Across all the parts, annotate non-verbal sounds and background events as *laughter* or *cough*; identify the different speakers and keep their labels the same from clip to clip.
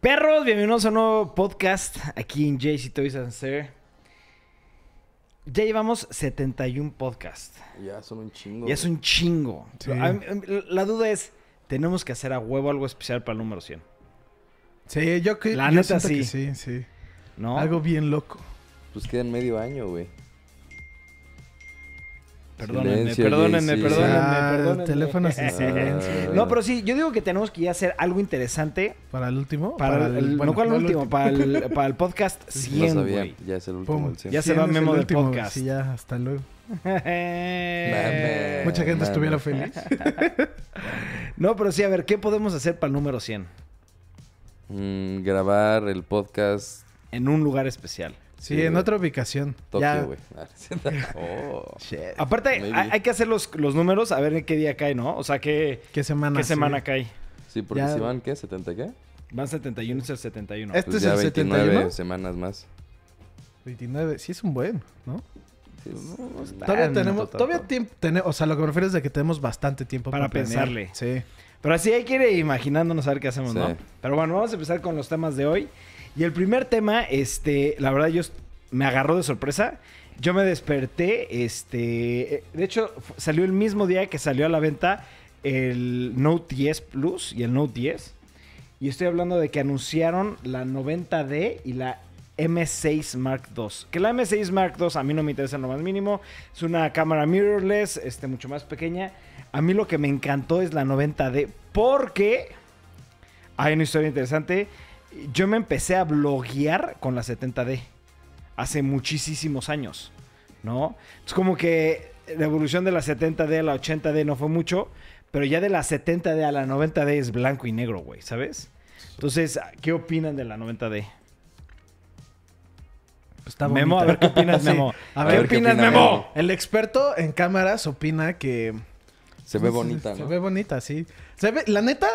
Speaker 1: Perros, bienvenidos a un nuevo podcast aquí en JC Toys and Sir. Ya llevamos 71 podcasts.
Speaker 2: Ya son un chingo.
Speaker 1: Y es
Speaker 2: güey.
Speaker 1: un chingo.
Speaker 3: Sí.
Speaker 1: A mí- La duda es, tenemos que hacer a huevo algo especial para el número 100,
Speaker 3: Sí, yo que.
Speaker 1: La
Speaker 3: yo
Speaker 1: neta,
Speaker 3: siento que
Speaker 1: sí.
Speaker 3: sí, sí.
Speaker 1: ¿no?
Speaker 3: Algo bien loco.
Speaker 2: Pues quedan medio año, güey.
Speaker 1: Perdónenme,
Speaker 2: Silencio,
Speaker 1: perdónenme,
Speaker 2: JC.
Speaker 1: perdónenme,
Speaker 3: Ah,
Speaker 1: perdónenme. *laughs*
Speaker 3: teléfonos en
Speaker 2: silencio.
Speaker 1: No, pero sí, yo digo que tenemos que ya hacer algo interesante
Speaker 3: ¿Para el último?
Speaker 1: para, el,
Speaker 3: bueno,
Speaker 1: no para el
Speaker 3: para
Speaker 1: último, para el,
Speaker 3: *laughs*
Speaker 1: para el podcast 100,
Speaker 2: no sabía.
Speaker 1: güey. *laughs*
Speaker 2: Ya es el último.
Speaker 3: Pum,
Speaker 2: el cien.
Speaker 1: Ya
Speaker 3: sí,
Speaker 1: se va
Speaker 3: es el
Speaker 1: Memo del
Speaker 3: último,
Speaker 1: podcast.
Speaker 3: Sí, ya, hasta luego.
Speaker 1: Eh,
Speaker 2: Mame.
Speaker 3: Mucha gente
Speaker 2: mame.
Speaker 3: estuviera feliz.
Speaker 1: *laughs* No, pero sí, a ver, ¿qué podemos hacer para el número 100?
Speaker 2: Mm, grabar el podcast
Speaker 1: En un lugar especial.
Speaker 3: Sí,
Speaker 2: Sí,
Speaker 3: en
Speaker 2: güey.
Speaker 3: otra ubicación. Ya.
Speaker 2: Tokio, güey. Ah, oh.
Speaker 1: Aparte,
Speaker 2: Maybe.
Speaker 1: hay, hay que hacer los, los números a ver en qué día cae, ¿no? O sea, qué,
Speaker 3: ¿Qué semana?
Speaker 1: qué
Speaker 3: sí?
Speaker 1: semana cae.
Speaker 2: Sí, porque
Speaker 3: Ya.
Speaker 2: si van, ¿qué? ¿70 qué?
Speaker 1: Van 71 y 71.
Speaker 3: Es- ¿Este
Speaker 2: Pues
Speaker 3: el
Speaker 2: ya 29
Speaker 3: 71?
Speaker 2: semanas más.
Speaker 3: 29. Sí, es un buen, ¿no?
Speaker 2: Sí, pues, es-
Speaker 3: Todavía
Speaker 1: no
Speaker 3: tenemos.
Speaker 1: tanto.
Speaker 3: Todavía tiempo. tene- o sea, lo que me refiero es de que tenemos bastante tiempo
Speaker 1: Para
Speaker 3: planear.
Speaker 1: pensarle.
Speaker 3: Sí.
Speaker 1: Pero así hay que ir imaginándonos a ver qué hacemos,
Speaker 2: Sí.
Speaker 1: ¿no? Pero bueno, vamos a empezar con los temas de hoy. Y el primer tema, este, la verdad, yo est- me agarró de sorpresa. Yo me desperté, este, eh, de hecho, fu- salió el mismo día que salió a la venta el Note 10 Plus y el Note 10. Y estoy hablando de que anunciaron la 90D y la M6 Mark II. Que la M6 Mark II a mí no me interesa en lo más mínimo. Es una cámara mirrorless, este, mucho más pequeña. A mí lo que me encantó es la 90D porque hay una historia interesante. Yo me empecé a bloguear con la 70D hace muchísimos años, ¿no? Es como que la evolución de la 70D a la 80D no fue mucho, pero ya de la 70D a la 90D es blanco y negro, güey, ¿sabes? Entonces, ¿qué opinan de la 90D?
Speaker 3: Pues está
Speaker 1: Memo,
Speaker 3: bonita.
Speaker 1: a ver qué opinas,
Speaker 3: *laughs* Sí.
Speaker 1: Memo.
Speaker 3: A
Speaker 1: ¿Qué
Speaker 3: ver,
Speaker 1: opinas,
Speaker 2: opina
Speaker 1: Memo?
Speaker 2: Memo?
Speaker 3: el experto en cámaras opina que
Speaker 2: Se ve bonita,
Speaker 3: Este Se
Speaker 2: ¿no?
Speaker 3: ve bonita, sí. Se ve, la neta,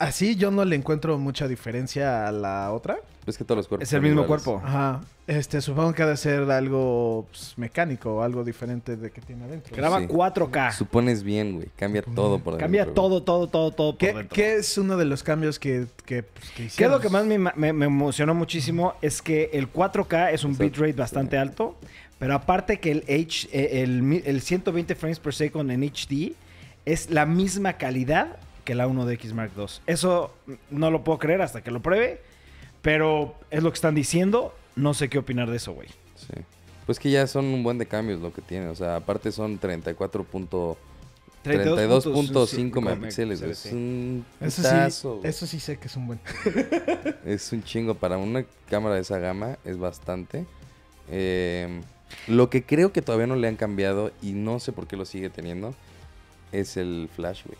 Speaker 3: así yo no le encuentro mucha diferencia a la otra.
Speaker 2: Es que todos los cuerpos.
Speaker 1: Es el
Speaker 2: son
Speaker 1: mismo
Speaker 2: iguales.
Speaker 1: cuerpo.
Speaker 3: Ajá. Este, supongo que ha de ser algo pues, mecánico o algo diferente de que tiene adentro.
Speaker 1: Graba
Speaker 2: Pues Sí.
Speaker 1: 4K.
Speaker 2: Supones bien, güey. Cambia todo por dentro.
Speaker 1: Ah. Cambia
Speaker 2: güey.
Speaker 1: todo, todo, todo, todo por
Speaker 3: ¿Qué,
Speaker 1: dentro.
Speaker 3: qué es uno de los cambios que, que, pues, que
Speaker 1: ¿Qué es
Speaker 3: hicieron?
Speaker 1: lo que más me, me- me emocionó muchísimo? Es que el 4K es un
Speaker 2: Exacto,
Speaker 1: bitrate bastante
Speaker 2: sí.
Speaker 1: alto, pero aparte que el, H, eh, el, mi- el 120 frames per second en HD es la misma calidad que la 1DX Mark II. Eso mm, no lo puedo creer hasta que lo pruebe, pero es lo que están diciendo. No sé qué opinar de eso, güey.
Speaker 2: Sí. Pues que ya son un buen de cambios lo que tiene. O sea, aparte son 34.32.5 megapíxeles. güey. Es un
Speaker 3: Eso
Speaker 2: putazo,
Speaker 3: sí,
Speaker 2: güey.
Speaker 3: eso sí sé que es un buen.
Speaker 2: Es un chingo. Para una cámara de esa gama es bastante. Eh, lo que creo que todavía no le han cambiado y no sé por qué lo sigue teniendo es el flash, güey.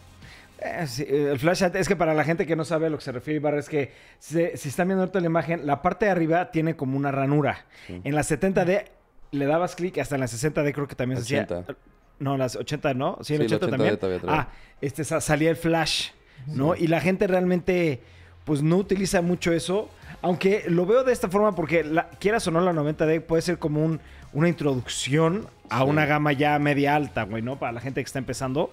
Speaker 1: Eh, sí, eh, el flash es que para la gente que no sabe a lo que se refiere Ibarra es que se- si están viendo ahorita la imagen, la parte de arriba tiene como una ranura.
Speaker 2: Sí.
Speaker 1: En la 70D le dabas clic, hasta en la 60D creo que también se
Speaker 2: 80.
Speaker 1: hacía. No, las 80 no, sí, en
Speaker 2: Sí, la
Speaker 1: 80
Speaker 2: 80D
Speaker 1: también.
Speaker 2: todavía trae.
Speaker 1: ah, este sa- salía el flash, ¿no? Y la gente realmente pues no utiliza mucho eso, aunque lo veo de esta forma porque la, quieras o no la 90D puede ser como un, una introducción a
Speaker 2: Sí.
Speaker 1: una gama ya media alta, güey, ¿no? Para la gente que está empezando.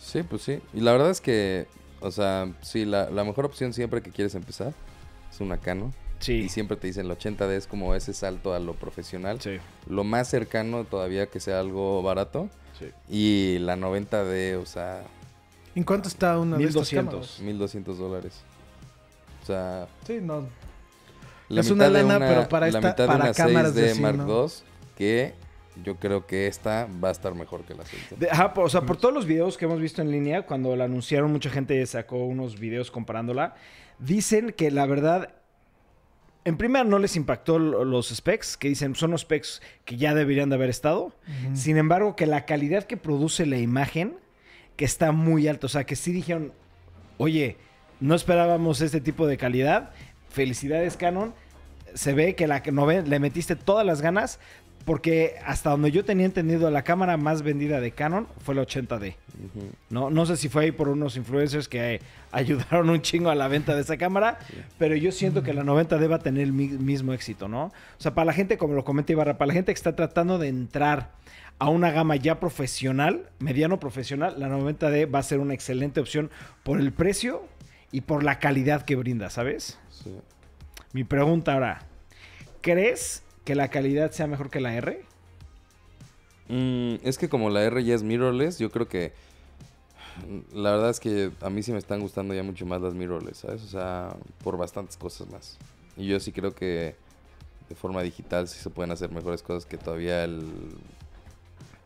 Speaker 2: Sí, pues sí. Y la verdad es que, o sea, sí, la, la mejor opción siempre que quieres empezar es una Canon.
Speaker 1: Sí.
Speaker 2: Y siempre te dicen la 80D es como ese salto a lo profesional.
Speaker 1: Sí.
Speaker 2: Lo más cercano todavía que sea algo barato. Y la 90D, o sea,
Speaker 3: ¿En cuánto está una de estas
Speaker 1: 1200.
Speaker 3: cámaras?
Speaker 2: 1200 dólares. O sea,
Speaker 3: Sí, no.
Speaker 2: la
Speaker 3: Es
Speaker 2: mitad
Speaker 3: una
Speaker 2: de
Speaker 3: lana, pero para
Speaker 2: la
Speaker 3: esta-
Speaker 2: mitad
Speaker 3: para
Speaker 2: de una
Speaker 3: cámaras de
Speaker 2: 6D Mark
Speaker 3: cine, ¿no?
Speaker 2: II que yo creo que esta va a estar mejor que la 6D.
Speaker 1: De- ajá, por- o sea, por todos los videos que hemos visto en línea, cuando la anunciaron, mucha gente sacó unos videos comparándola. Dicen que la verdad, en primera no les impactó lo- los specs, que dicen son los specs que ya deberían de haber estado.
Speaker 3: Ujú.
Speaker 1: Sin embargo, que la calidad que produce la imagen, que está muy alta. O sea, que sí dijeron, oye, no esperábamos este tipo de calidad. Felicidades, Canon. Se ve que la que noven- le metiste todas las ganas. Porque hasta donde yo tenía entendido, la cámara más vendida de Canon fue la 80D.
Speaker 2: Ujú.
Speaker 1: No, no sé si fue ahí por unos influencers que *laughs* eh, ayudaron un chingo a la venta de esa cámara, pero yo siento que la 90 d va a tener el mi- mismo éxito, ¿no? O sea, para la gente, como lo comenta Ibarra, para la gente que está tratando de entrar a una gama ya profesional, mediano profesional, la 90D va a ser una excelente opción por el precio y por la calidad que brinda, ¿sabes?
Speaker 2: Sí.
Speaker 1: Mi pregunta ahora, ¿crees que la calidad sea mejor que la R?
Speaker 2: Mm, es que como la R ya es mirrorless, yo creo que la verdad es que a mí sí me están gustando ya mucho más las mirrorless, ¿sabes? O sea, por bastantes cosas más. Y yo sí creo que de forma digital sí se pueden hacer mejores cosas que todavía el...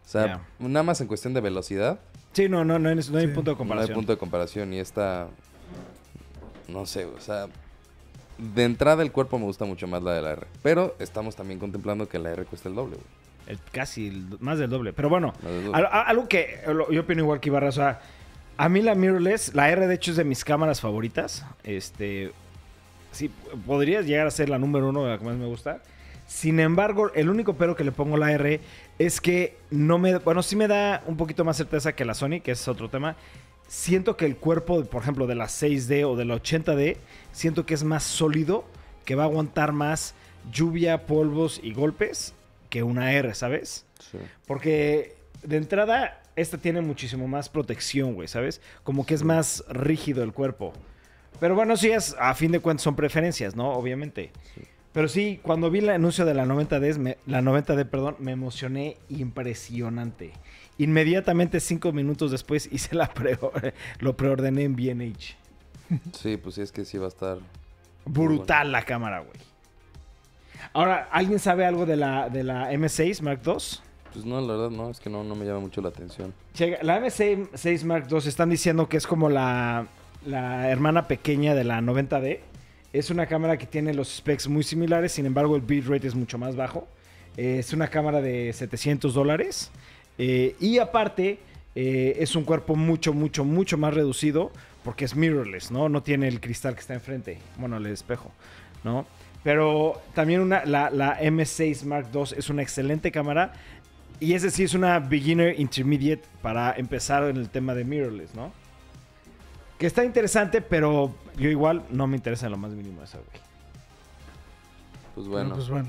Speaker 2: O sea,
Speaker 1: Ya.
Speaker 2: nada más en cuestión de velocidad,
Speaker 1: Sí, no, no, no, hay- no hay
Speaker 3: Sí.
Speaker 1: punto de
Speaker 2: no
Speaker 1: comparación.
Speaker 2: hay punto de comparación y esta... No sé, o sea... De entrada el cuerpo me gusta mucho más la de la R. Pero estamos también contemplando que la R cuesta el doble, güey.
Speaker 1: El- casi el- más del doble. Pero bueno,
Speaker 2: Más del doble.
Speaker 1: al- a- algo que eh, lo- yo opino igual que Ibarra. O sea, a mí la mirrorless, la R de hecho es de mis cámaras favoritas. Este, sí, podría llegar a ser la número uno, la que más me gusta. Sin embargo, el único pero que le pongo a la R es que no me. Bueno, sí me da un poquito más certeza que la Sony, que ese es otro tema. Siento que el cuerpo, por ejemplo, de la 6D o de la 80D, siento que es más sólido, que va a aguantar más lluvia, polvos y golpes que una R, ¿sabes?
Speaker 2: Sí.
Speaker 1: Porque de entrada, esta tiene muchísimo más protección, güey, ¿sabes? Como que es más rígido el cuerpo. Pero bueno, sí es, a fin de cuentas son preferencias, ¿no? Obviamente. Pero sí, cuando vi el anuncio de la 90D, me- la 90D, perdón, me emocioné impresionante. Inmediatamente, cinco minutos después, *laughs* hice la pre lo preordené en BH.
Speaker 2: Sí, pues sí, es que sí va a estar...
Speaker 1: Brutal la cámara, güey. Ahora, ¿alguien sabe algo de la, de la M6 Mark II?
Speaker 2: Pues no, la verdad no, es que no, no me llama mucho la atención.
Speaker 1: Checa, la M6 Mark II están diciendo que es como la, la hermana pequeña de la 90D. Es una cámara que tiene los specs muy similares, sin embargo el bitrate es mucho más bajo. Eh, es una cámara de 700 dólares. Eh, y aparte eh, es un cuerpo mucho, mucho, mucho más reducido porque es mirrorless, ¿no? No tiene el cristal que está enfrente, bueno, el espejo, ¿no? Pero también una, la, la M6 Mark II es una excelente cámara. Y ese sí es una beginner intermediate para empezar en el tema de mirrorless, ¿no? Que está interesante, pero yo igual no me interesa en lo más mínimo eso, güey.
Speaker 2: Pues
Speaker 3: Bueno.
Speaker 2: bueno,
Speaker 3: Pues bueno.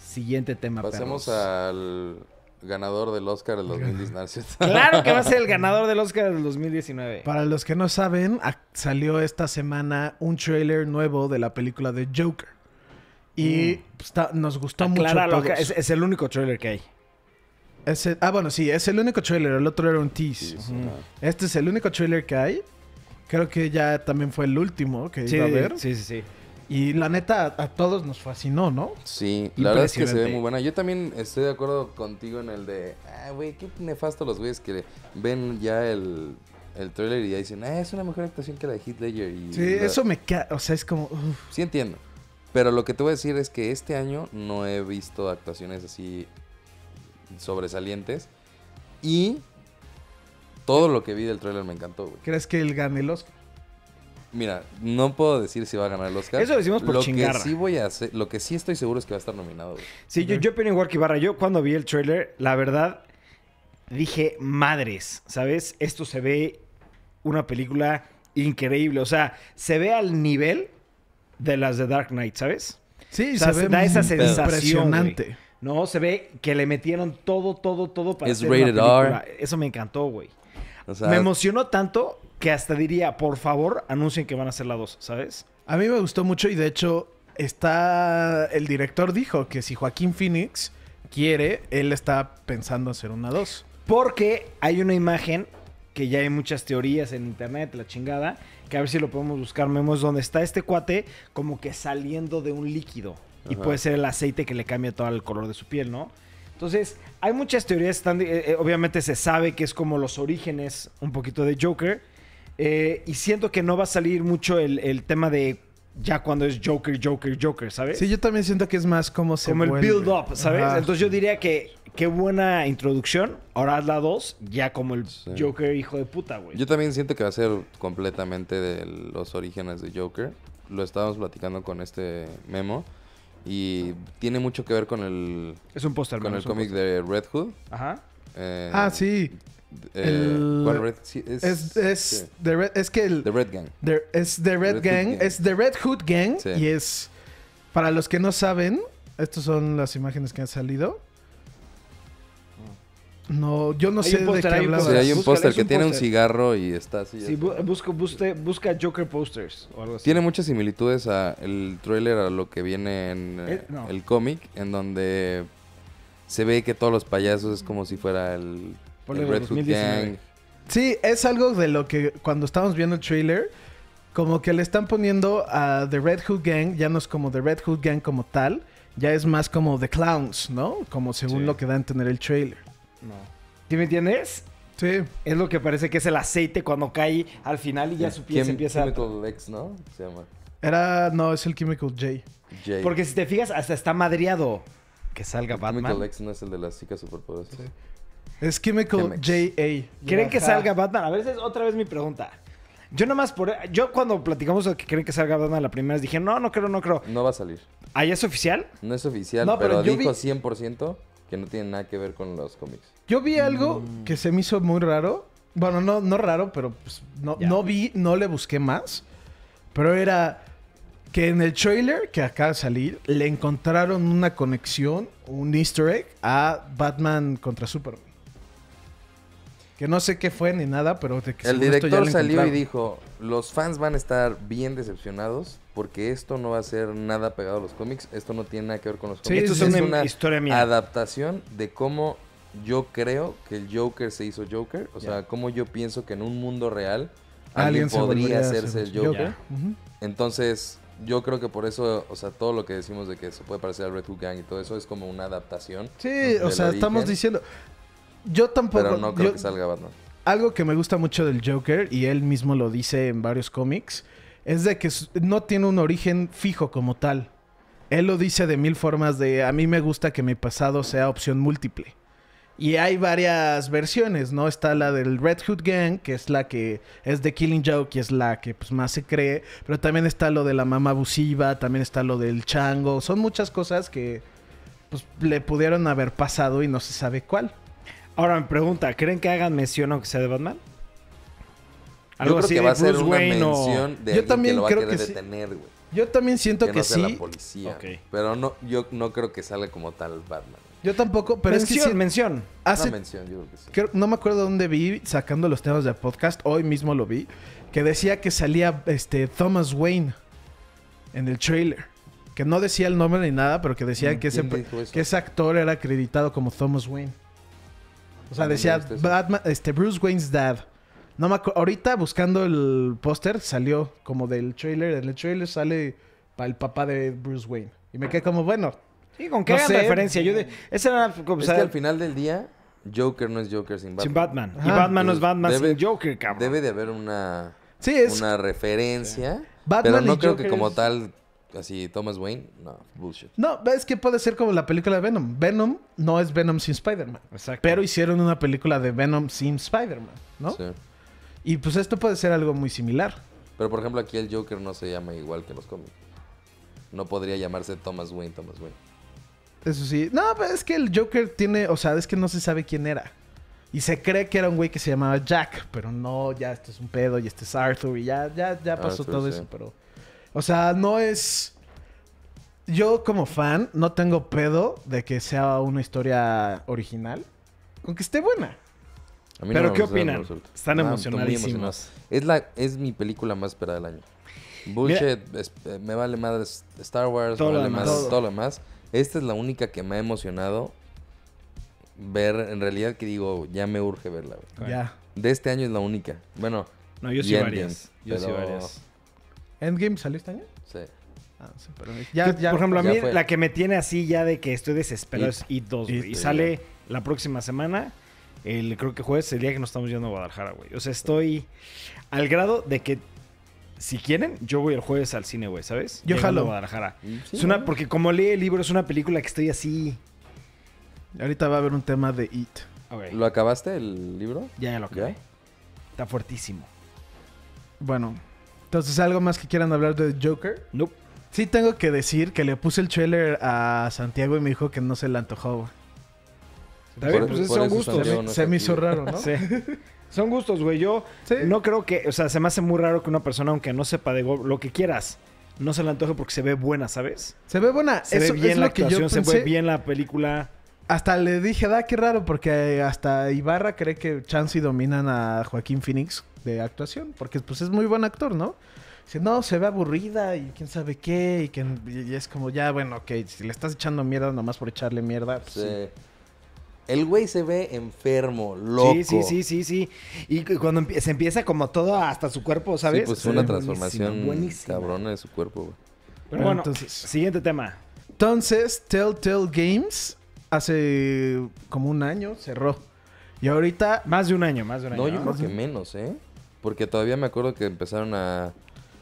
Speaker 1: Siguiente tema,
Speaker 2: pasemos
Speaker 1: perros.
Speaker 2: al ganador del Oscar del 2010. ¿no es cierto?
Speaker 1: Claro que va a ser el ganador del Oscar del 2019.
Speaker 3: Para los que no saben, ac- salió esta semana un trailer nuevo de la película de Joker. Y está- nos gustó
Speaker 1: Mm. Acláralo,
Speaker 3: mucho. a
Speaker 1: acá-
Speaker 3: todos.
Speaker 1: es, es el único trailer que hay.
Speaker 3: Es el- ah, bueno, sí, es el único trailer. El otro era un tease.
Speaker 2: Sí,
Speaker 1: Ujú.
Speaker 2: ajá.
Speaker 3: Este es el único trailer que hay. Creo que ya también fue el último que iba a ver.
Speaker 1: sí, sí, sí.
Speaker 3: Y la neta, a, a todos nos fascinó, ¿no?
Speaker 2: Sí, la verdad es que se ve
Speaker 1: Impresionante.
Speaker 2: muy buena. Yo también estoy de acuerdo contigo en el de, ah, güey, qué nefasto los güeyes que ven ya el, el trailer y ya dicen, ah, es una mejor actuación que la de Heath Ledger. Y
Speaker 3: Sí,
Speaker 2: la-
Speaker 3: eso me queda. O sea, es como. uf,
Speaker 2: Sí entiendo. Pero lo que te voy a decir es que este año no he visto actuaciones así sobresalientes. Y todo lo que vi del tráiler me encantó, güey.
Speaker 3: ¿Crees que él gane el Oscar?
Speaker 2: Mira, no puedo decir si va a ganar el Oscar.
Speaker 1: Eso lo decimos por
Speaker 2: lo
Speaker 1: chingar.
Speaker 2: Que sí voy a hacer, lo que sí estoy seguro es que va a estar nominado, güey.
Speaker 1: Sí, yo, yo opino igual que Ibarra. Yo cuando vi el trailer, la verdad, dije, madres, ¿sabes? Esto se ve una película increíble. O sea, se ve al nivel de las de Dark Knight, ¿sabes?
Speaker 3: Sí,
Speaker 1: O sea,
Speaker 3: se ve
Speaker 1: da esa
Speaker 3: muy
Speaker 1: sensación,
Speaker 3: impresionante.
Speaker 1: güey. No, se ve que le metieron todo, todo, todo para
Speaker 2: Es
Speaker 1: hacer una
Speaker 2: rated
Speaker 1: película.
Speaker 2: R.
Speaker 1: Eso me encantó, güey.
Speaker 2: O sea,
Speaker 1: me emocionó tanto que hasta diría, por favor, anuncien que van a ser la dos, ¿sabes?
Speaker 3: A mí me gustó mucho y de hecho está el director dijo que si Joaquín Phoenix quiere, él está pensando hacer una 2.
Speaker 1: Porque hay una imagen que ya hay muchas teorías en internet, la chingada, que a ver si lo podemos buscar, Memo, es donde está este cuate como que saliendo de un líquido. Y
Speaker 2: Ajá.
Speaker 1: puede ser el aceite que le cambia todo el color de su piel, ¿no? Entonces, hay muchas teorías. están- eh, eh, obviamente se sabe que es como los orígenes un poquito de Joker. eh, y siento que no va a salir mucho el, el tema de ya cuando es Joker, Joker, Joker, ¿sabes?
Speaker 3: Sí, yo también siento que es más como se
Speaker 1: como el
Speaker 3: vuelve.
Speaker 1: build up, ¿sabes?
Speaker 3: Ajá.
Speaker 1: Entonces yo diría que qué buena introducción. Ahora haz la 2, ya como el
Speaker 2: Sí.
Speaker 1: Joker hijo de puta, güey.
Speaker 2: yo también siento que va a ser completamente de los orígenes de Joker. Lo estábamos platicando con este memo. Y tiene mucho que ver con el,
Speaker 1: Es un póster,
Speaker 2: con
Speaker 1: mano,
Speaker 2: el
Speaker 1: es un
Speaker 2: cómic de Red Hood.
Speaker 1: póster. Ajá.
Speaker 2: Eh,
Speaker 3: Ah, sí.
Speaker 2: eh,
Speaker 3: El-
Speaker 2: ¿Cuál Red? Sí, es,
Speaker 3: Es, es,
Speaker 2: sí,
Speaker 3: the Red- es que el,
Speaker 2: The Red Gang.
Speaker 3: the- es The Red,
Speaker 2: Red Hood
Speaker 3: Gang,
Speaker 2: Gang.
Speaker 3: es The Red Hood Gang
Speaker 2: Sí.
Speaker 3: y es, para los que no saben, estas son las imágenes que han salido. No, yo no
Speaker 1: Hay
Speaker 3: sé
Speaker 1: un
Speaker 3: de
Speaker 1: póster,
Speaker 3: qué
Speaker 1: hay un
Speaker 3: hablabas.
Speaker 2: Sí, hay un
Speaker 1: Búscale,
Speaker 2: póster
Speaker 1: es
Speaker 2: que
Speaker 1: un
Speaker 2: tiene un
Speaker 1: póster.
Speaker 2: cigarro y está así.
Speaker 1: Sí, bu- busco, buste- busca Joker Posters o algo así.
Speaker 2: Tiene muchas similitudes a el tráiler a lo que viene en eh,
Speaker 1: Eh, no.
Speaker 2: el cómic, en donde se ve que todos los payasos es como si fuera el,
Speaker 1: Ponle
Speaker 2: el Red Hood
Speaker 1: 2019.
Speaker 2: Gang.
Speaker 3: Sí, es algo de lo que cuando estábamos viendo el trailer, como que le están poniendo a The Red Hood Gang, ya no es como The Red Hood Gang como tal, ya es más como The Clowns, ¿no? Como según
Speaker 1: Sí.
Speaker 3: lo que da a entender el trailer.
Speaker 1: No. ¿Sí me entiendes?
Speaker 3: Sí.
Speaker 1: Es lo que parece que es el aceite cuando cae al final y ya su pie se
Speaker 2: Chem-
Speaker 1: empieza a...
Speaker 2: Chemical X, ¿no? Se llama.
Speaker 3: Era, no, es el Chemical J.
Speaker 2: Jay.
Speaker 1: Porque si te fijas, hasta está madreado que salga
Speaker 2: El Chemical
Speaker 1: Batman.
Speaker 2: X no es el de las chicas superpoderosas.
Speaker 3: Es Chemical
Speaker 2: Chemex.
Speaker 3: J.A.
Speaker 1: ¿Creen que
Speaker 3: Ajá.
Speaker 1: salga Batman? A veces, otra vez mi pregunta. Yo nomás por... Yo cuando platicamos de que creen que salga Batman la primera vez dije, no, no creo, no creo.
Speaker 2: No va a salir.
Speaker 1: ¿Allá es oficial?
Speaker 2: No es oficial,
Speaker 1: No, pero yo
Speaker 2: pero, dijo
Speaker 1: vi-
Speaker 2: 100% que no tiene nada que ver con los cómics.
Speaker 3: Yo vi algo
Speaker 2: Mm.
Speaker 3: que se me hizo muy raro. Bueno, no, no raro, pero pues, no,
Speaker 1: Ya.
Speaker 3: no vi, no le busqué más. Pero era que en el trailer que acaba de salir, le encontraron una conexión, un easter egg, a Batman contra Superman. Que no sé qué fue ni nada, pero de que
Speaker 2: El
Speaker 3: según esto ya
Speaker 2: director
Speaker 3: lo
Speaker 2: salió y
Speaker 3: encontraron.
Speaker 2: dijo, los fans van a estar bien decepcionados porque esto no va a ser nada pegado a los cómics, esto no tiene nada que ver con los
Speaker 3: Sí,
Speaker 2: cómics.
Speaker 3: esto
Speaker 2: esto
Speaker 3: es
Speaker 2: es
Speaker 1: una
Speaker 2: una
Speaker 1: historia mía.
Speaker 2: adaptación de cómo yo creo que el Joker se hizo Joker, o sea, cómo yo pienso que en un mundo real alguien,
Speaker 3: se volvería
Speaker 2: podría
Speaker 3: a
Speaker 2: hacerse el
Speaker 3: hacer-
Speaker 2: Joker.
Speaker 3: Ya. Ujú.
Speaker 2: Entonces, yo creo que por eso, o sea, todo lo que decimos de que se puede parecer al Red Hood Gang y todo eso es como una adaptación.
Speaker 3: Sí,
Speaker 2: del
Speaker 3: o sea, estamos
Speaker 2: origen,
Speaker 3: diciendo... Yo tampoco...
Speaker 2: Pero no creo
Speaker 3: yo-
Speaker 2: que salga Batman.
Speaker 3: Algo que me gusta mucho del Joker, y él mismo lo dice en varios cómics, es de que s- no tiene un origen fijo como tal. Él lo dice de mil formas de a mí me gusta que mi pasado sea opción múltiple. Y hay varias versiones, ¿no? Está la del Red Hood Gang, que es la que es de Killing Joke y es la que pues, más se cree. Pero también está lo de la mamá abusiva, también está lo del chango. Son muchas cosas que pues, le pudieron haber pasado y no se sabe cuál.
Speaker 1: Ahora me pregunta, ¿creen que hagan mención aunque sea de Batman?
Speaker 2: Yo creo que va a ser
Speaker 1: Bruce
Speaker 2: una
Speaker 1: Wayne o-
Speaker 2: mención de
Speaker 3: Yo
Speaker 2: alguien
Speaker 3: también
Speaker 2: que lo va
Speaker 3: creo
Speaker 2: a querer
Speaker 3: que sí.
Speaker 2: detener, güey.
Speaker 3: Yo también siento
Speaker 2: que
Speaker 3: que,
Speaker 2: no sea
Speaker 3: sí.
Speaker 2: la policía.
Speaker 1: Ok.
Speaker 2: Pero no, yo no creo que salga como tal Batman.
Speaker 3: Yo tampoco, pero
Speaker 1: mención,
Speaker 3: es que Ah, sí,
Speaker 1: mención.
Speaker 2: Una
Speaker 3: hace,
Speaker 2: mención, yo creo que sí.
Speaker 3: creo- no me acuerdo dónde vi sacando los temas de podcast, hoy mismo lo vi, que decía que salía este Thomas Wayne en el trailer, que no decía el nombre ni nada, pero que decía que ese,
Speaker 2: Mm, ¿quién dijo eso?
Speaker 3: que ese actor era acreditado como Thomas Wayne. O sea,
Speaker 2: Ah, no, no
Speaker 3: decía
Speaker 2: viste eso.
Speaker 3: Batman, este Bruce Wayne's dad. No me acu- ahorita buscando el póster salió como del trailer, en el trailer sale para el papá de Bruce Wayne. Y me quedé como, bueno,
Speaker 1: Sí, con que
Speaker 3: No
Speaker 1: hagan
Speaker 3: sé.
Speaker 1: referencia. Yo de- esa era como
Speaker 3: pues,
Speaker 2: Es
Speaker 1: sea,
Speaker 2: que al final del día, Joker no es Joker sin Batman.
Speaker 1: sin Batman. Y
Speaker 3: Ajá.
Speaker 1: Batman no es Batman
Speaker 2: Pues Debe-
Speaker 1: sin Joker, cabrón.
Speaker 2: Debe de haber una,
Speaker 3: sí es
Speaker 2: una referencia.
Speaker 3: Batman
Speaker 2: pero
Speaker 3: y
Speaker 2: no creo
Speaker 3: Joker
Speaker 2: que como
Speaker 3: es-
Speaker 2: tal, así Thomas Wayne, no, bullshit.
Speaker 3: No, es que puede ser como la película de Venom. Venom no es Venom sin Spider-Man.
Speaker 1: Exacto.
Speaker 3: Pero hicieron una película de Venom sin Spider-Man, ¿no?
Speaker 2: Sí.
Speaker 3: Y pues esto puede ser algo muy similar.
Speaker 2: Pero por ejemplo, aquí el Joker no se llama igual que en los cómics. No podría llamarse Thomas Wayne, Thomas Wayne.
Speaker 3: Eso sí. No, pero es que el Joker tiene, o sea, es que no se sabe quién era. Y se cree que era un güey que se llamaba Jack, pero no, ya este es un pedo y este es Arthur y ya, ya, ya pasó
Speaker 2: Arthur,
Speaker 3: todo
Speaker 2: Ah, sí.
Speaker 3: eso, pero... O sea, no es... Yo como fan no tengo pedo de que sea una historia original, con que esté buena.
Speaker 2: A mí
Speaker 1: ¿Pero
Speaker 2: me
Speaker 1: qué
Speaker 2: gusta en lo
Speaker 1: opinan?
Speaker 2: absoluto.
Speaker 1: Están
Speaker 2: muy
Speaker 1: emocionadísimos.
Speaker 2: emocionados. Es, la, es mi película más esperada del año. Bullshit, es- eh, me vale más Star Wars,
Speaker 1: Todo
Speaker 2: me
Speaker 1: lo
Speaker 2: vale
Speaker 1: demás.
Speaker 2: más
Speaker 1: Todo.
Speaker 2: todo lo demás. Esta es la única que me ha emocionado ver. En realidad que digo, ya me urge verla. güey.
Speaker 1: Bueno.
Speaker 3: Ya.
Speaker 2: De este año es la única. Bueno,
Speaker 1: No, yo sí
Speaker 2: Y
Speaker 1: varias.
Speaker 2: Endgame,
Speaker 1: Yo sí
Speaker 2: pero-
Speaker 1: varias.
Speaker 3: ¿Endgame salió este año?
Speaker 2: sí.
Speaker 3: Ah, sí, pero
Speaker 1: Yo, por ejemplo, a
Speaker 2: ya
Speaker 1: mí
Speaker 2: fue.
Speaker 1: la que me tiene así ya de que estoy desesperado
Speaker 2: It.
Speaker 1: es It 2, güey.
Speaker 2: It,
Speaker 1: Y
Speaker 2: ya.
Speaker 1: sale la próxima semana, el creo que jueves, el día que nos estamos yendo a Guadalajara, güey. O sea, estoy al grado de que si quieren, yo voy el jueves al cine, güey, ¿sabes?
Speaker 3: Yo
Speaker 1: Llegando
Speaker 3: jalo.
Speaker 1: a Guadalajara.
Speaker 2: Sí,
Speaker 1: es una,
Speaker 2: ¿no?
Speaker 1: porque como leí el libro, es una película que estoy así.
Speaker 3: ahorita va a haber un tema de It.
Speaker 2: ¿Lo acabaste el libro?
Speaker 1: Ya, ya lo acabé.
Speaker 2: ¿Ya?
Speaker 1: Está fuertísimo.
Speaker 3: Bueno, entonces algo más que quieran hablar de Joker.
Speaker 1: Nope.
Speaker 3: Sí tengo que decir que le puse el trailer a Santiago y me dijo que no se le antojó. güey.
Speaker 1: Está bien,
Speaker 2: Por- e-
Speaker 1: pues
Speaker 2: por
Speaker 1: son
Speaker 2: eso
Speaker 1: gustos.
Speaker 2: Santiago
Speaker 3: Se,
Speaker 2: no
Speaker 3: me-
Speaker 2: es
Speaker 3: se me
Speaker 2: aquí.
Speaker 3: hizo raro, *laughs* ¿no?
Speaker 1: Sí. *laughs* Son gustos, güey. Yo
Speaker 3: Sí.
Speaker 1: no creo que, o sea, se me hace muy raro que una persona, aunque no sepa de go- lo que quieras, no se le antoje porque se ve buena, ¿sabes?
Speaker 3: Se ve buena.
Speaker 1: Se
Speaker 3: Eso
Speaker 1: ve
Speaker 3: es
Speaker 1: bien la
Speaker 3: lo que yo
Speaker 1: actuación, se
Speaker 3: pensé.
Speaker 1: ve bien la película.
Speaker 3: Hasta le dije, da, qué raro, porque hasta Ibarra cree que Chansey dominan a Joaquín Phoenix de actuación, porque pues es muy buen actor, ¿no? Dice, no, se ve aburrida y quién sabe qué, y, que, y es como, ya, bueno, ok, si le estás echando mierda nomás por echarle mierda, pues, sí.
Speaker 2: Sí. El güey se ve enfermo, loco.
Speaker 1: Sí, sí, sí, sí, sí. Y cu- cuando empie- se empieza como todo hasta su cuerpo, ¿sabes?
Speaker 2: Sí, pues
Speaker 1: Se
Speaker 2: una
Speaker 1: ve
Speaker 2: transformación
Speaker 1: buenísima, buenísima.
Speaker 2: cabrona de su cuerpo, güey.
Speaker 1: Pero bueno,
Speaker 3: Entonces-
Speaker 1: siguiente tema.
Speaker 3: Entonces, Telltale Games hace como un año cerró. Y ahorita,
Speaker 1: Más de un año, más de un año.
Speaker 2: No, yo
Speaker 1: ¿no?
Speaker 2: creo que menos, ¿eh? Porque todavía me acuerdo que empezaron a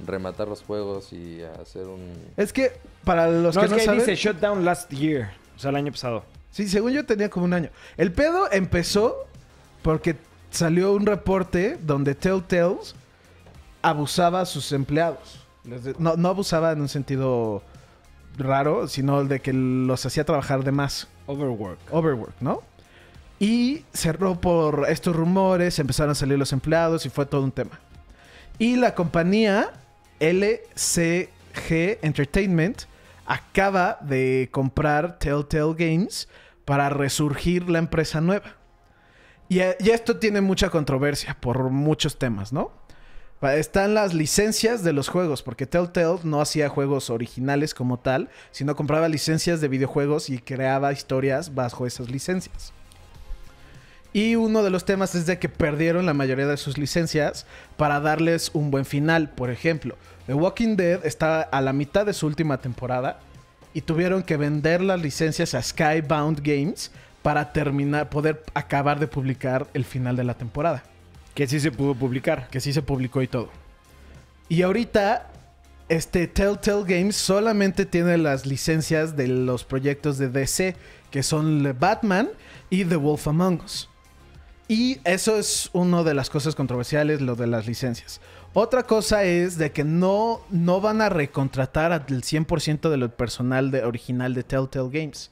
Speaker 2: rematar los juegos y a hacer un...
Speaker 3: es que para los
Speaker 1: No,
Speaker 3: que
Speaker 1: es
Speaker 3: no
Speaker 1: que ahí
Speaker 3: saben,
Speaker 1: dice shutdown last year, o sea, el año pasado.
Speaker 3: sí, según yo tenía como un año. El pedo empezó porque salió un reporte donde Telltale abusaba a sus empleados. Les de- No, no abusaba en un sentido raro, sino de que los hacía trabajar de más.
Speaker 1: Overwork.
Speaker 3: Overwork, ¿no? Y cerró por estos rumores, empezaron a salir los empleados y fue todo un tema. Y la compañía LCG Entertainment acaba de comprar Telltale Games para resurgir la empresa nueva. Y, eh, y esto tiene mucha controversia por muchos temas, ¿no? Pa- Están las licencias de los juegos, porque Telltale no hacía juegos originales como tal, sino compraba licencias de videojuegos y creaba historias bajo esas licencias. Y uno de los temas es de que perdieron la mayoría de sus licencias para darles un buen final. Por ejemplo, The Walking Dead está a la mitad de su última temporada y tuvieron que vender las licencias a Skybound Games para terminar, poder acabar de publicar el final de la temporada
Speaker 1: Que sí se pudo publicar.
Speaker 3: que sí se publicó y todo. Y ahorita, este Telltale Games solamente tiene las licencias de los proyectos de DC, que son The Batman y The Wolf Among Us. Y eso es una de las cosas controversiales, lo de las licencias. Otra cosa es de que no, no van a recontratar al 100% del personal de- original de Telltale Games.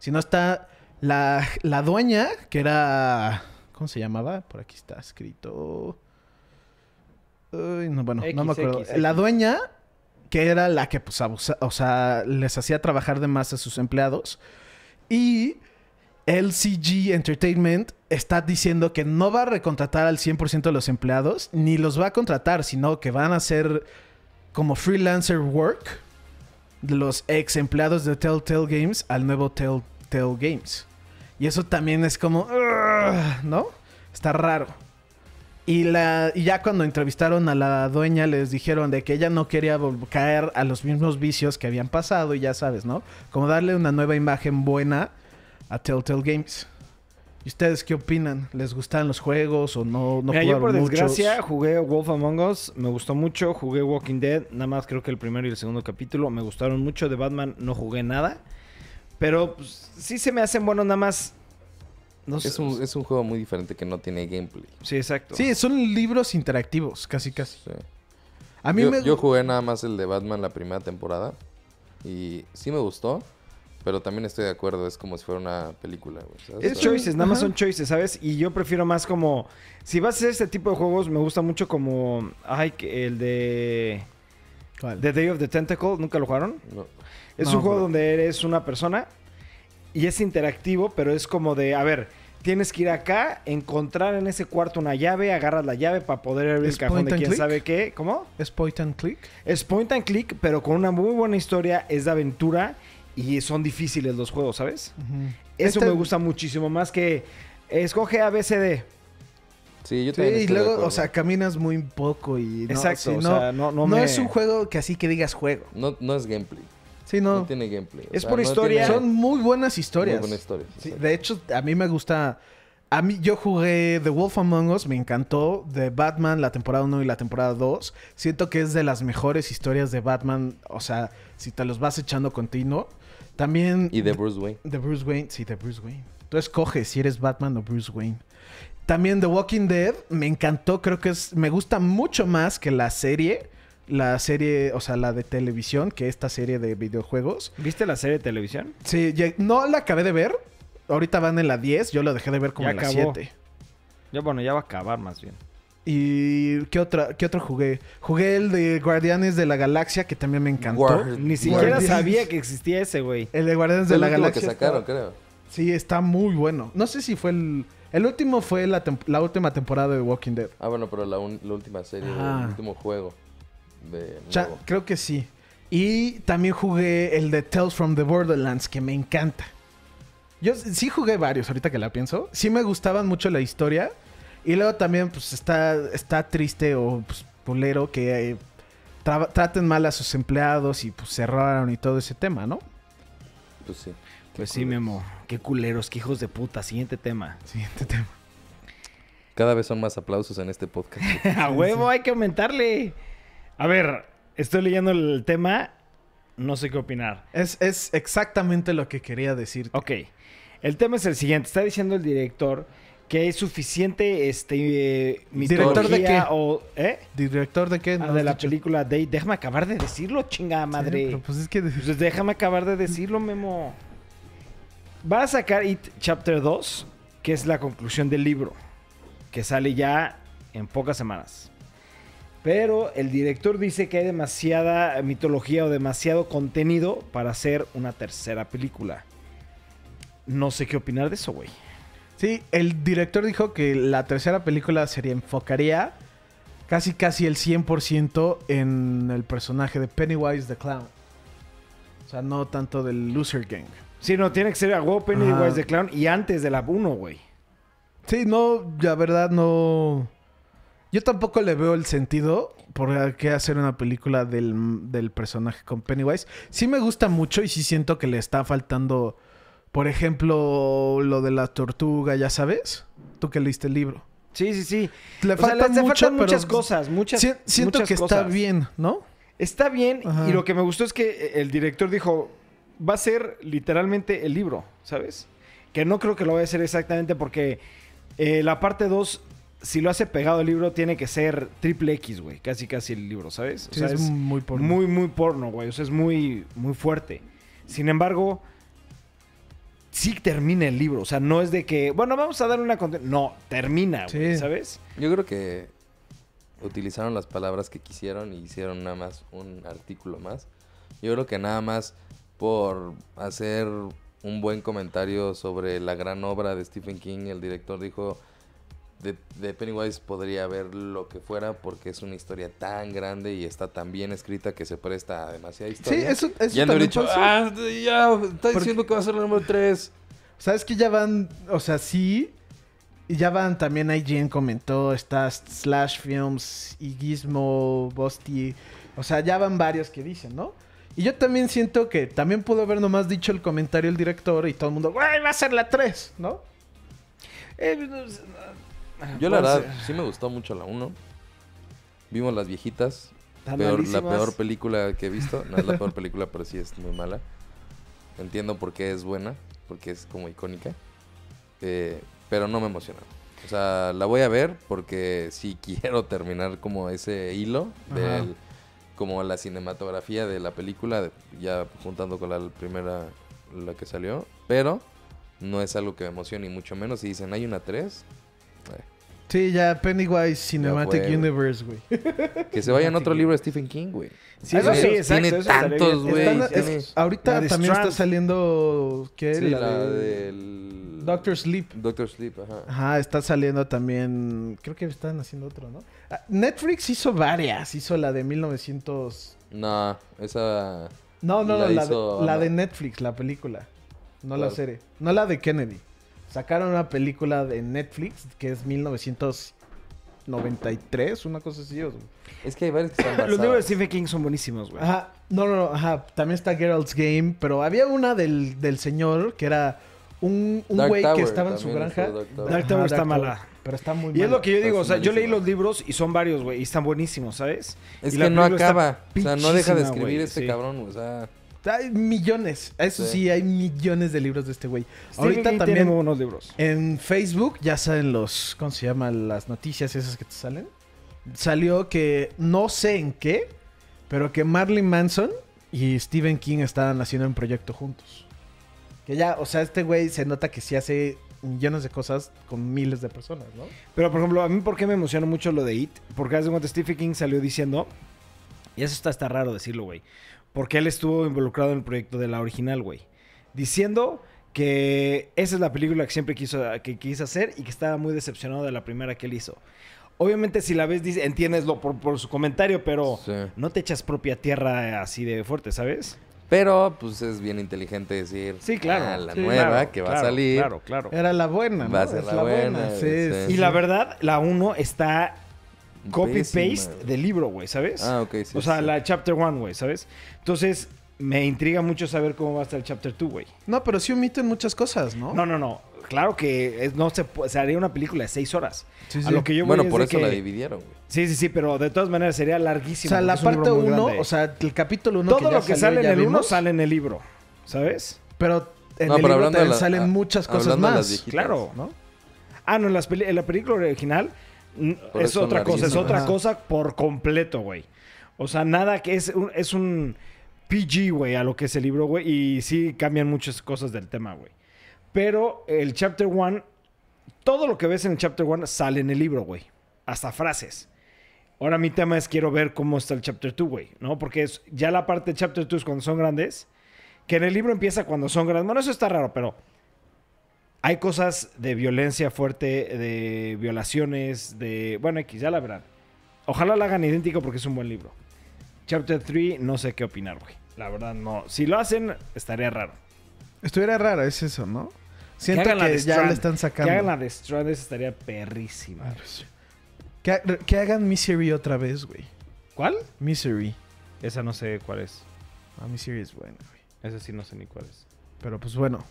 Speaker 3: Sino está la, la dueña, que era... ¿Cómo se llamaba? Por aquí está escrito... Ay, no, bueno, no me
Speaker 1: XX.
Speaker 3: acuerdo. La dueña, que era la que pues abusa- o sea, les hacía trabajar de más a sus empleados. Y LCG Entertainment está diciendo que no va a recontratar al 100% de los empleados, ni los va a contratar, sino que van a ser como freelancer work de los ex empleados de Telltale Games al nuevo Telltale Games. Y eso también es como, "Ugh", ¿no? Está raro. Y, la, y ya cuando entrevistaron a la dueña les dijeron de que ella no quería vol- caer a los mismos vicios que habían pasado y ya sabes, ¿no? Como darle una nueva imagen buena a Telltale Games. ¿Y ustedes qué opinan? ¿Les gustan los juegos o no? no
Speaker 1: Mira, yo por
Speaker 3: jugaron muchos?
Speaker 1: desgracia jugué Wolf Among Us, me gustó mucho, jugué Walking Dead, nada más creo que el primero y el segundo capítulo me gustaron mucho, de Batman no jugué nada, pero pues, sí se me hacen buenos nada más... No sé.
Speaker 2: Es un, es un juego muy diferente que no tiene gameplay.
Speaker 1: Sí, exacto.
Speaker 3: Sí, son libros interactivos, casi casi.
Speaker 2: Sí.
Speaker 3: A mí
Speaker 2: yo,
Speaker 3: me
Speaker 2: yo jugué nada más el de Batman la primera temporada y sí me gustó, pero también estoy de acuerdo, es como si fuera una película, güey. ¿sabes?
Speaker 1: Es
Speaker 2: O sea,
Speaker 1: choices, nada más
Speaker 3: Ajá.
Speaker 1: son choices, ¿sabes? Y yo prefiero más como... Si vas a hacer este tipo de juegos, me gusta mucho como... Ay, que el de...
Speaker 3: ¿Cuál?
Speaker 1: The Day of the Tentacle, ¿nunca lo jugaron?
Speaker 2: no.
Speaker 1: Es
Speaker 3: No,
Speaker 1: un juego
Speaker 3: pero-
Speaker 1: donde eres una persona y es interactivo, pero es como de, a ver, tienes que ir acá, encontrar en ese cuarto una llave, agarras la llave para poder abrir el
Speaker 3: ¿Es
Speaker 1: cajón
Speaker 3: point
Speaker 1: de
Speaker 3: and
Speaker 1: quién
Speaker 3: click?
Speaker 1: sabe qué. ¿Cómo?
Speaker 3: ¿Es point and click?
Speaker 1: Es point and click, pero con una muy buena historia, es de aventura y son difíciles los juegos, ¿sabes? Eso
Speaker 3: Este-
Speaker 1: me gusta muchísimo más que escoge ABCD.
Speaker 2: Sí, yo
Speaker 3: Sí,
Speaker 2: también
Speaker 3: y
Speaker 2: estoy de
Speaker 3: luego,
Speaker 2: acuerdo.
Speaker 3: o sea, caminas muy poco y no,
Speaker 1: este Exacto,
Speaker 3: sí,
Speaker 1: o
Speaker 3: no,
Speaker 1: sea, no- no
Speaker 3: no
Speaker 1: me-
Speaker 3: es un juego que así que digas juego.
Speaker 2: no, no es gameplay,
Speaker 3: Sí,
Speaker 2: no,
Speaker 3: no.
Speaker 2: tiene gameplay. o
Speaker 1: Es
Speaker 2: sea,
Speaker 1: por
Speaker 2: no
Speaker 1: historia.
Speaker 2: tiene-
Speaker 3: Son muy buenas historias.
Speaker 2: Muy buenas historias,
Speaker 3: Sí,
Speaker 2: exacto.
Speaker 3: de hecho, a mí me gusta. A mí, yo jugué The Wolf Among Us, me encantó. De Batman, la temporada 1 y la temporada 2. Siento que es de las mejores historias de Batman. O sea, si te los vas echando continuo. También.
Speaker 2: Y de Bruce Wayne.
Speaker 3: De Bruce Wayne, sí, de Bruce Wayne. Tú escoges si eres Batman o Bruce Wayne. También The Walking Dead me encantó, creo que es, me gusta mucho más que la serie, la serie, o sea, la de televisión, que esta serie de videojuegos.
Speaker 1: ¿Viste la serie de televisión?
Speaker 3: Sí, ya- no la acabé de ver. Ahorita van en la 10, yo la dejé de ver como
Speaker 1: Ya
Speaker 3: en la
Speaker 1: acabó.
Speaker 3: 7.
Speaker 1: Ya, bueno, ya va a acabar más bien.
Speaker 3: ¿Y qué, otra, qué otro jugué? Jugué el de Guardianes de la Galaxia, que también me encantó.
Speaker 2: Guard-
Speaker 1: Ni siquiera
Speaker 3: Guardianes.
Speaker 1: sabía que existía ese, güey.
Speaker 3: El de Guardianes
Speaker 2: Es
Speaker 3: de
Speaker 2: el
Speaker 3: la
Speaker 2: último
Speaker 3: Galaxia.
Speaker 2: que sacaron, creo.
Speaker 3: Sí, está muy bueno. No sé si fue el... El último fue la, tem- la última temporada de Walking Dead.
Speaker 2: Ah, bueno, pero la, un- la última serie,
Speaker 3: Ajá.
Speaker 2: el último juego de
Speaker 3: Cha-
Speaker 2: nuevo.
Speaker 3: creo que sí. Y también jugué el de Tales from the Borderlands, que me encanta. Yo s- sí jugué varios, ahorita que la pienso. Sí me gustaban mucho la historia. Y luego también, pues, está, está triste o pues, culero que eh, tra- traten mal a sus empleados y pues cerraron y todo ese tema, ¿no? *laughs*
Speaker 2: Pues sí.
Speaker 1: Pues sí, Memo. Qué culeros, qué hijos de puta. Siguiente tema.
Speaker 3: Siguiente tema.
Speaker 2: Cada vez son más aplausos en este podcast.
Speaker 1: *laughs* A huevo, hay que aumentarle. A ver, estoy leyendo el tema. No sé qué opinar.
Speaker 3: Es, es exactamente lo que quería decir.
Speaker 1: Ok. El tema es el siguiente. Está diciendo el director que hay suficiente este eh,
Speaker 3: ¿Director de
Speaker 1: mitología
Speaker 3: qué?
Speaker 1: o ¿eh?
Speaker 3: ¿Director de qué?
Speaker 1: Ah,
Speaker 3: No
Speaker 1: de
Speaker 3: has
Speaker 1: la
Speaker 3: dicho.
Speaker 1: película Day. Déjame acabar de decirlo, chingada
Speaker 3: Sí,
Speaker 1: madre.
Speaker 3: pero, pues es que...
Speaker 1: Pues déjame acabar de decirlo, Memo. Va a sacar It Chapter 2, que es la conclusión del libro, que sale ya en pocas semanas. Pero el director dice que hay demasiada mitología o demasiado contenido para hacer una tercera película. No sé qué opinar de eso, güey.
Speaker 3: *laughs* Sí, el director dijo que la tercera película se enfocaría casi casi el 100% en el personaje de Pennywise the Clown. O sea, no tanto del Loser Gang.
Speaker 1: Sí, no, tiene que ser a huevo Pennywise
Speaker 3: Ajá.
Speaker 1: the Clown y antes de la 1, güey.
Speaker 3: Sí, no, la verdad no... Yo tampoco le veo el sentido por qué hacer una película del, del personaje con Pennywise. Sí me gusta mucho y sí siento que le está faltando, por ejemplo, lo de la tortuga, ya sabes. Tú que leíste el libro.
Speaker 1: Sí, sí, sí.
Speaker 3: Le
Speaker 1: O sea,
Speaker 3: faltan,
Speaker 1: le- le
Speaker 3: mucho,
Speaker 1: faltan
Speaker 3: pero
Speaker 1: muchas cosas, muchas
Speaker 3: si- siento
Speaker 1: muchas
Speaker 3: que está
Speaker 1: cosas.
Speaker 3: bien, ¿no?
Speaker 1: Está bien,
Speaker 3: Ajá.
Speaker 1: y lo que me gustó es que eh, el director dijo, va a ser literalmente el libro, ¿sabes? Que no creo que lo vaya a hacer exactamente porque eh, la parte 2, si lo hace pegado al libro, tiene que ser triple X, güey, casi casi el libro, ¿sabes? O
Speaker 3: Sí,
Speaker 1: sea, es
Speaker 3: muy por
Speaker 1: muy, muy porno, güey, o sea, es muy, muy fuerte. Sin embargo, sí termina el libro, o sea, no es de que, bueno, vamos a dar una... conte-". No, termina, güey,
Speaker 3: Sí.
Speaker 1: ¿sabes?
Speaker 2: Yo creo que utilizaron las palabras que quisieron y hicieron nada más un artículo más. Yo creo que nada más por hacer un buen comentario sobre la gran obra de Stephen King, el director dijo, de, de Pennywise podría haber lo que fuera porque es una historia tan grande y está tan bien escrita que se presta a demasiada
Speaker 3: Sí,
Speaker 2: historia.
Speaker 3: eso, eso
Speaker 2: Ya han de haber
Speaker 3: también
Speaker 2: dicho,
Speaker 3: pasó.
Speaker 2: "Ah, ya, está
Speaker 3: Porque-
Speaker 2: diciendo que va a ser la número 3.
Speaker 3: Sabes que ya van, o sea, sí. Y ya van también, IGN comentó, está Slash Films y Gizmo, Bosti. O sea, ya van varios que dicen, ¿no? Y yo también siento que también pudo haber nomás dicho el comentario el director y todo el mundo, güey, va a ser la 3, ¿no?
Speaker 1: Eh, pues,
Speaker 3: Ah,
Speaker 2: Yo la
Speaker 1: puede
Speaker 2: verdad,
Speaker 1: ser.
Speaker 2: sí me gustó mucho la 1. Vimos las viejitas.
Speaker 1: Están
Speaker 2: Peor- la
Speaker 1: malísimas.
Speaker 2: peor película que he visto. No es la peor película, pero sí es muy mala. Entiendo por qué es buena, porque es como icónica. Eh, pero no me emociona. O sea, la voy a ver porque sí *laughs* quiero terminar como ese hilo
Speaker 3: Ajá.
Speaker 2: del como la cinematografía de la película, de- ya juntando con la primera, la que salió, pero no es algo que me emocione, y mucho menos si dicen hay una 3,
Speaker 3: Sí, ya Pennywise
Speaker 2: fue,
Speaker 3: Cinematic
Speaker 2: güey.
Speaker 3: Universe, güey.
Speaker 2: Que se vayan a otro libro de Stephen King, güey.
Speaker 1: Sí,
Speaker 3: eso
Speaker 2: tiene,
Speaker 3: sí,
Speaker 1: exacto,
Speaker 2: tiene
Speaker 1: eso estaría
Speaker 2: tantos,
Speaker 1: bien.
Speaker 2: güey.
Speaker 3: Están-
Speaker 1: Está-
Speaker 2: tiene-
Speaker 3: es- ahorita
Speaker 1: La de
Speaker 3: también está
Speaker 1: Strand.
Speaker 3: saliendo, ¿qué?
Speaker 2: sí,
Speaker 3: la, de...
Speaker 2: del...
Speaker 3: Doctor Sleep.
Speaker 2: Doctor Sleep, ajá.
Speaker 3: Ajá, está saliendo también. Creo que están haciendo otro, ¿no? Ah, Netflix hizo varias. Hizo la de 1900.
Speaker 2: No, esa...
Speaker 3: No, no,
Speaker 2: La
Speaker 3: no, la,
Speaker 2: hizo-
Speaker 3: de, la
Speaker 2: no.
Speaker 3: de Netflix, la película. No la
Speaker 2: ¿Cuál?
Speaker 3: serie. No la de Kennedy. Sacaron una película de Netflix que es 1993, una cosa así. o-
Speaker 2: Es que hay varias que están
Speaker 1: *laughs* Los libros de
Speaker 2: basadas.
Speaker 1: Stephen King son buenísimos, güey.
Speaker 3: Ajá, no, no, no, ajá. También está Gerald's Game, pero había una del, del señor que era un un
Speaker 2: Dark
Speaker 3: güey que
Speaker 2: Tower,
Speaker 3: estaba en su
Speaker 2: también
Speaker 3: granja.
Speaker 2: está Dark Tower.
Speaker 1: Dark Tower está
Speaker 3: Tower,
Speaker 1: mala.
Speaker 3: Pero está muy
Speaker 1: Y es
Speaker 3: mala.
Speaker 1: lo que yo digo, o sea, yo leí
Speaker 2: malísimo.
Speaker 1: los libros y son varios, güey, y están buenísimos, ¿sabes?
Speaker 2: Es
Speaker 1: Y la
Speaker 2: que no
Speaker 1: película está
Speaker 2: acaba. O sea, no deja
Speaker 1: pinchísima,
Speaker 2: de escribir
Speaker 1: güey,
Speaker 2: este
Speaker 1: sí.
Speaker 2: cabrón, o sea...
Speaker 3: Hay millones. Eso sí.
Speaker 2: Sí.
Speaker 3: hay millones de libros de este güey.
Speaker 1: Stephen
Speaker 3: Ahorita
Speaker 1: King tiene
Speaker 3: también
Speaker 1: muy buenos libros.
Speaker 3: en Facebook ya salen los. ¿Cómo se llama? Las noticias esas que te salen. Salió que no sé en qué, pero que Marlon Manson y Stephen King estaban haciendo un proyecto juntos. Que ya, o sea, este güey se nota que sí hace millones de cosas con miles de personas, ¿no?
Speaker 1: Pero, por ejemplo, a mí, ¿por qué me emocionó mucho lo de It? Porque hace un momento Stephen King salió diciendo, y eso está hasta raro decirlo, güey, porque él estuvo involucrado en el proyecto de la original, güey, diciendo que esa es la película que siempre quiso, que quise hacer y que estaba muy decepcionado de la primera que él hizo. Obviamente si la ves, dice, entiendeslo por, por su comentario, pero
Speaker 2: Sí.
Speaker 1: no te echas propia tierra así de fuerte, ¿sabes?
Speaker 2: Pero, pues es bien inteligente decir.
Speaker 1: Sí, claro.
Speaker 2: "Ah, la
Speaker 1: sí,
Speaker 2: nueva
Speaker 1: claro,
Speaker 2: que va
Speaker 1: claro,
Speaker 2: a salir.
Speaker 1: Claro, claro.
Speaker 3: Era la buena, ¿no?
Speaker 2: Va a ser
Speaker 3: Es
Speaker 2: la buena,
Speaker 3: Sí,
Speaker 2: sí.
Speaker 3: sí,
Speaker 1: Y
Speaker 3: sí.
Speaker 1: la verdad, la 1 está
Speaker 2: Pésima,
Speaker 1: copy-paste
Speaker 2: güey.
Speaker 1: del libro, güey, ¿sabes?
Speaker 2: Ah, ok, sí.
Speaker 1: o sea,
Speaker 2: sí.
Speaker 1: la chapter 1, güey, ¿sabes? Entonces, me intriga mucho saber cómo va a estar el chapter 2, güey.
Speaker 3: No, pero sí omiten muchas cosas, ¿no?
Speaker 1: No, no, no. Claro que es- no se, pu- se haría una película de 6 horas.
Speaker 3: Sí, sí.
Speaker 1: A lo que yo voy
Speaker 2: Bueno,
Speaker 1: es
Speaker 2: por
Speaker 1: de
Speaker 2: eso
Speaker 1: que-
Speaker 2: la dividieron, güey.
Speaker 1: Sí, sí, sí, pero de todas maneras sería
Speaker 3: o
Speaker 1: larguísimo.
Speaker 3: sea,
Speaker 1: porque
Speaker 3: la
Speaker 1: es un
Speaker 3: parte
Speaker 1: libro muy
Speaker 3: 1,
Speaker 1: grande.
Speaker 3: o sea, el capítulo 1
Speaker 1: todo lo que sale en el 1 sale en el libro, ¿sabes?
Speaker 3: Pero en
Speaker 2: No,
Speaker 3: el
Speaker 2: pero
Speaker 3: libro
Speaker 2: hablando de
Speaker 3: también
Speaker 2: la-
Speaker 3: salen
Speaker 2: ah,
Speaker 3: muchas cosas
Speaker 2: hablando de las
Speaker 3: más,
Speaker 2: viejitas.
Speaker 1: Pues Claro.
Speaker 3: ¿no?
Speaker 1: Ah, no, en, las peli- en la película original n-
Speaker 2: Por
Speaker 1: es
Speaker 2: eso son
Speaker 1: otra cosa, es
Speaker 2: larguísimas.
Speaker 1: otra
Speaker 3: Ajá.
Speaker 1: cosa por completo, güey. O sea, nada que es un, es un PG, güey, a lo que es el libro, güey. Y sí cambian muchas cosas del tema, güey. Pero el Chapter 1, todo lo que ves en el Chapter 1 sale en el libro, güey. Hasta frases. Ahora mi tema es quiero ver cómo está el Chapter 2, güey, ¿no? Porque es, ya la parte de Chapter 2 es cuando son grandes, que en el libro empieza cuando son grandes. Bueno, eso está raro, pero hay cosas de violencia fuerte, de violaciones, de... Bueno, X, ya la verán. Ojalá la hagan idéntico porque es un buen libro. Chapter 3, no sé qué opinar, güey. La verdad, no. Si lo hacen, estaría raro.
Speaker 3: Estuviera rara, es eso, ¿no?
Speaker 1: Que
Speaker 3: Siento
Speaker 1: hagan la
Speaker 3: que,
Speaker 1: de
Speaker 3: ya
Speaker 1: Strand.
Speaker 3: le están
Speaker 1: Que hagan la
Speaker 3: sacando.
Speaker 1: de Strand, esa estaría perrísima.
Speaker 3: Que, ha- que hagan Misery otra vez, güey.
Speaker 1: ¿Cuál?
Speaker 3: Misery.
Speaker 1: Esa no sé cuál es.
Speaker 3: Ah, Misery es buena, güey.
Speaker 1: Esa sí no sé ni cuál es.
Speaker 3: Pero pues bueno.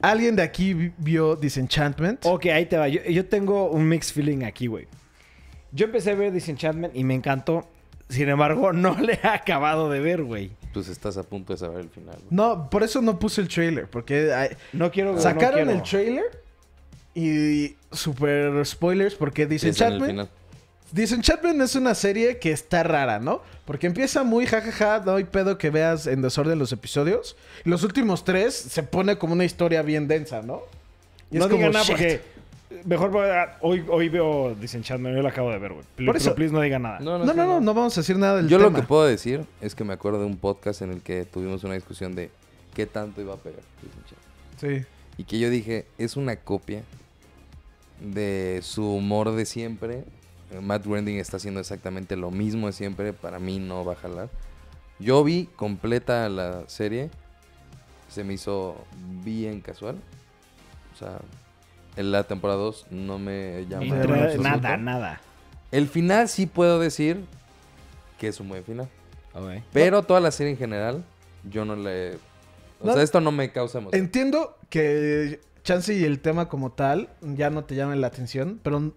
Speaker 3: ¿Alguien de aquí vi- vio Disenchantment?
Speaker 1: Ok, ahí te va. Yo, yo tengo un mixed feeling aquí, güey. Yo empecé a ver Disenchantment y me encantó. Sin embargo, *laughs* no le he acabado de ver, güey.
Speaker 2: Pues estás a punto de saber el final. güey.
Speaker 3: No, por eso no puse el trailer, porque ay,
Speaker 1: No quiero no
Speaker 3: sacaron
Speaker 1: quiero.
Speaker 3: el trailer y super spoilers porque
Speaker 2: Sí, es en el
Speaker 3: Disenchantment
Speaker 2: final.
Speaker 3: Disenchantment es una serie que está rara, ¿no? Porque empieza muy jajaja, no hay pedo que veas en desorden los episodios. Y los últimos tres se pone como una historia bien densa, ¿no? Y
Speaker 1: no
Speaker 3: es como,
Speaker 1: digan nada
Speaker 3: "Shit".
Speaker 1: porque. Mejor voy a- hoy, hoy veo Disenchantment, yo lo acabo de ver, güey. Pl-
Speaker 3: Por
Speaker 1: pero
Speaker 3: eso-
Speaker 1: please no digan nada.
Speaker 3: No, no, no, no, vamos a decir nada del
Speaker 2: Yo
Speaker 3: tema.
Speaker 2: lo que puedo decir es que me acuerdo de un podcast en el que tuvimos una discusión de qué tanto iba a pegar. pues,
Speaker 3: Sí.
Speaker 2: Y que yo dije, es una copia de su humor de siempre. Eh, Matt Groening está haciendo exactamente lo mismo de siempre. Para mí no va a jalar. Yo vi completa la serie. Se me hizo bien casual. O sea, en la temporada 2 no me llamó.
Speaker 1: Ni
Speaker 3: Ya,
Speaker 2: en
Speaker 3: bueno,
Speaker 1: tra-
Speaker 2: absoluto.
Speaker 1: nada, nada.
Speaker 2: El final sí puedo decir que es un buen final. Pero toda la serie en general, yo no le... O
Speaker 3: No.
Speaker 2: sea, esto no me causa emoción.
Speaker 3: Entiendo que Chance y el tema como tal ya no te llaman la atención, pero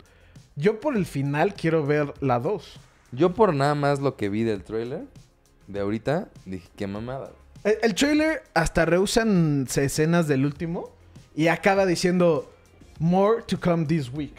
Speaker 3: yo por el final quiero ver la 2.
Speaker 2: Yo por nada más lo que vi del tráiler de ahorita, dije, qué mamada.
Speaker 3: El, el trailer hasta rehusan escenas del último y acaba diciendo More to come this week.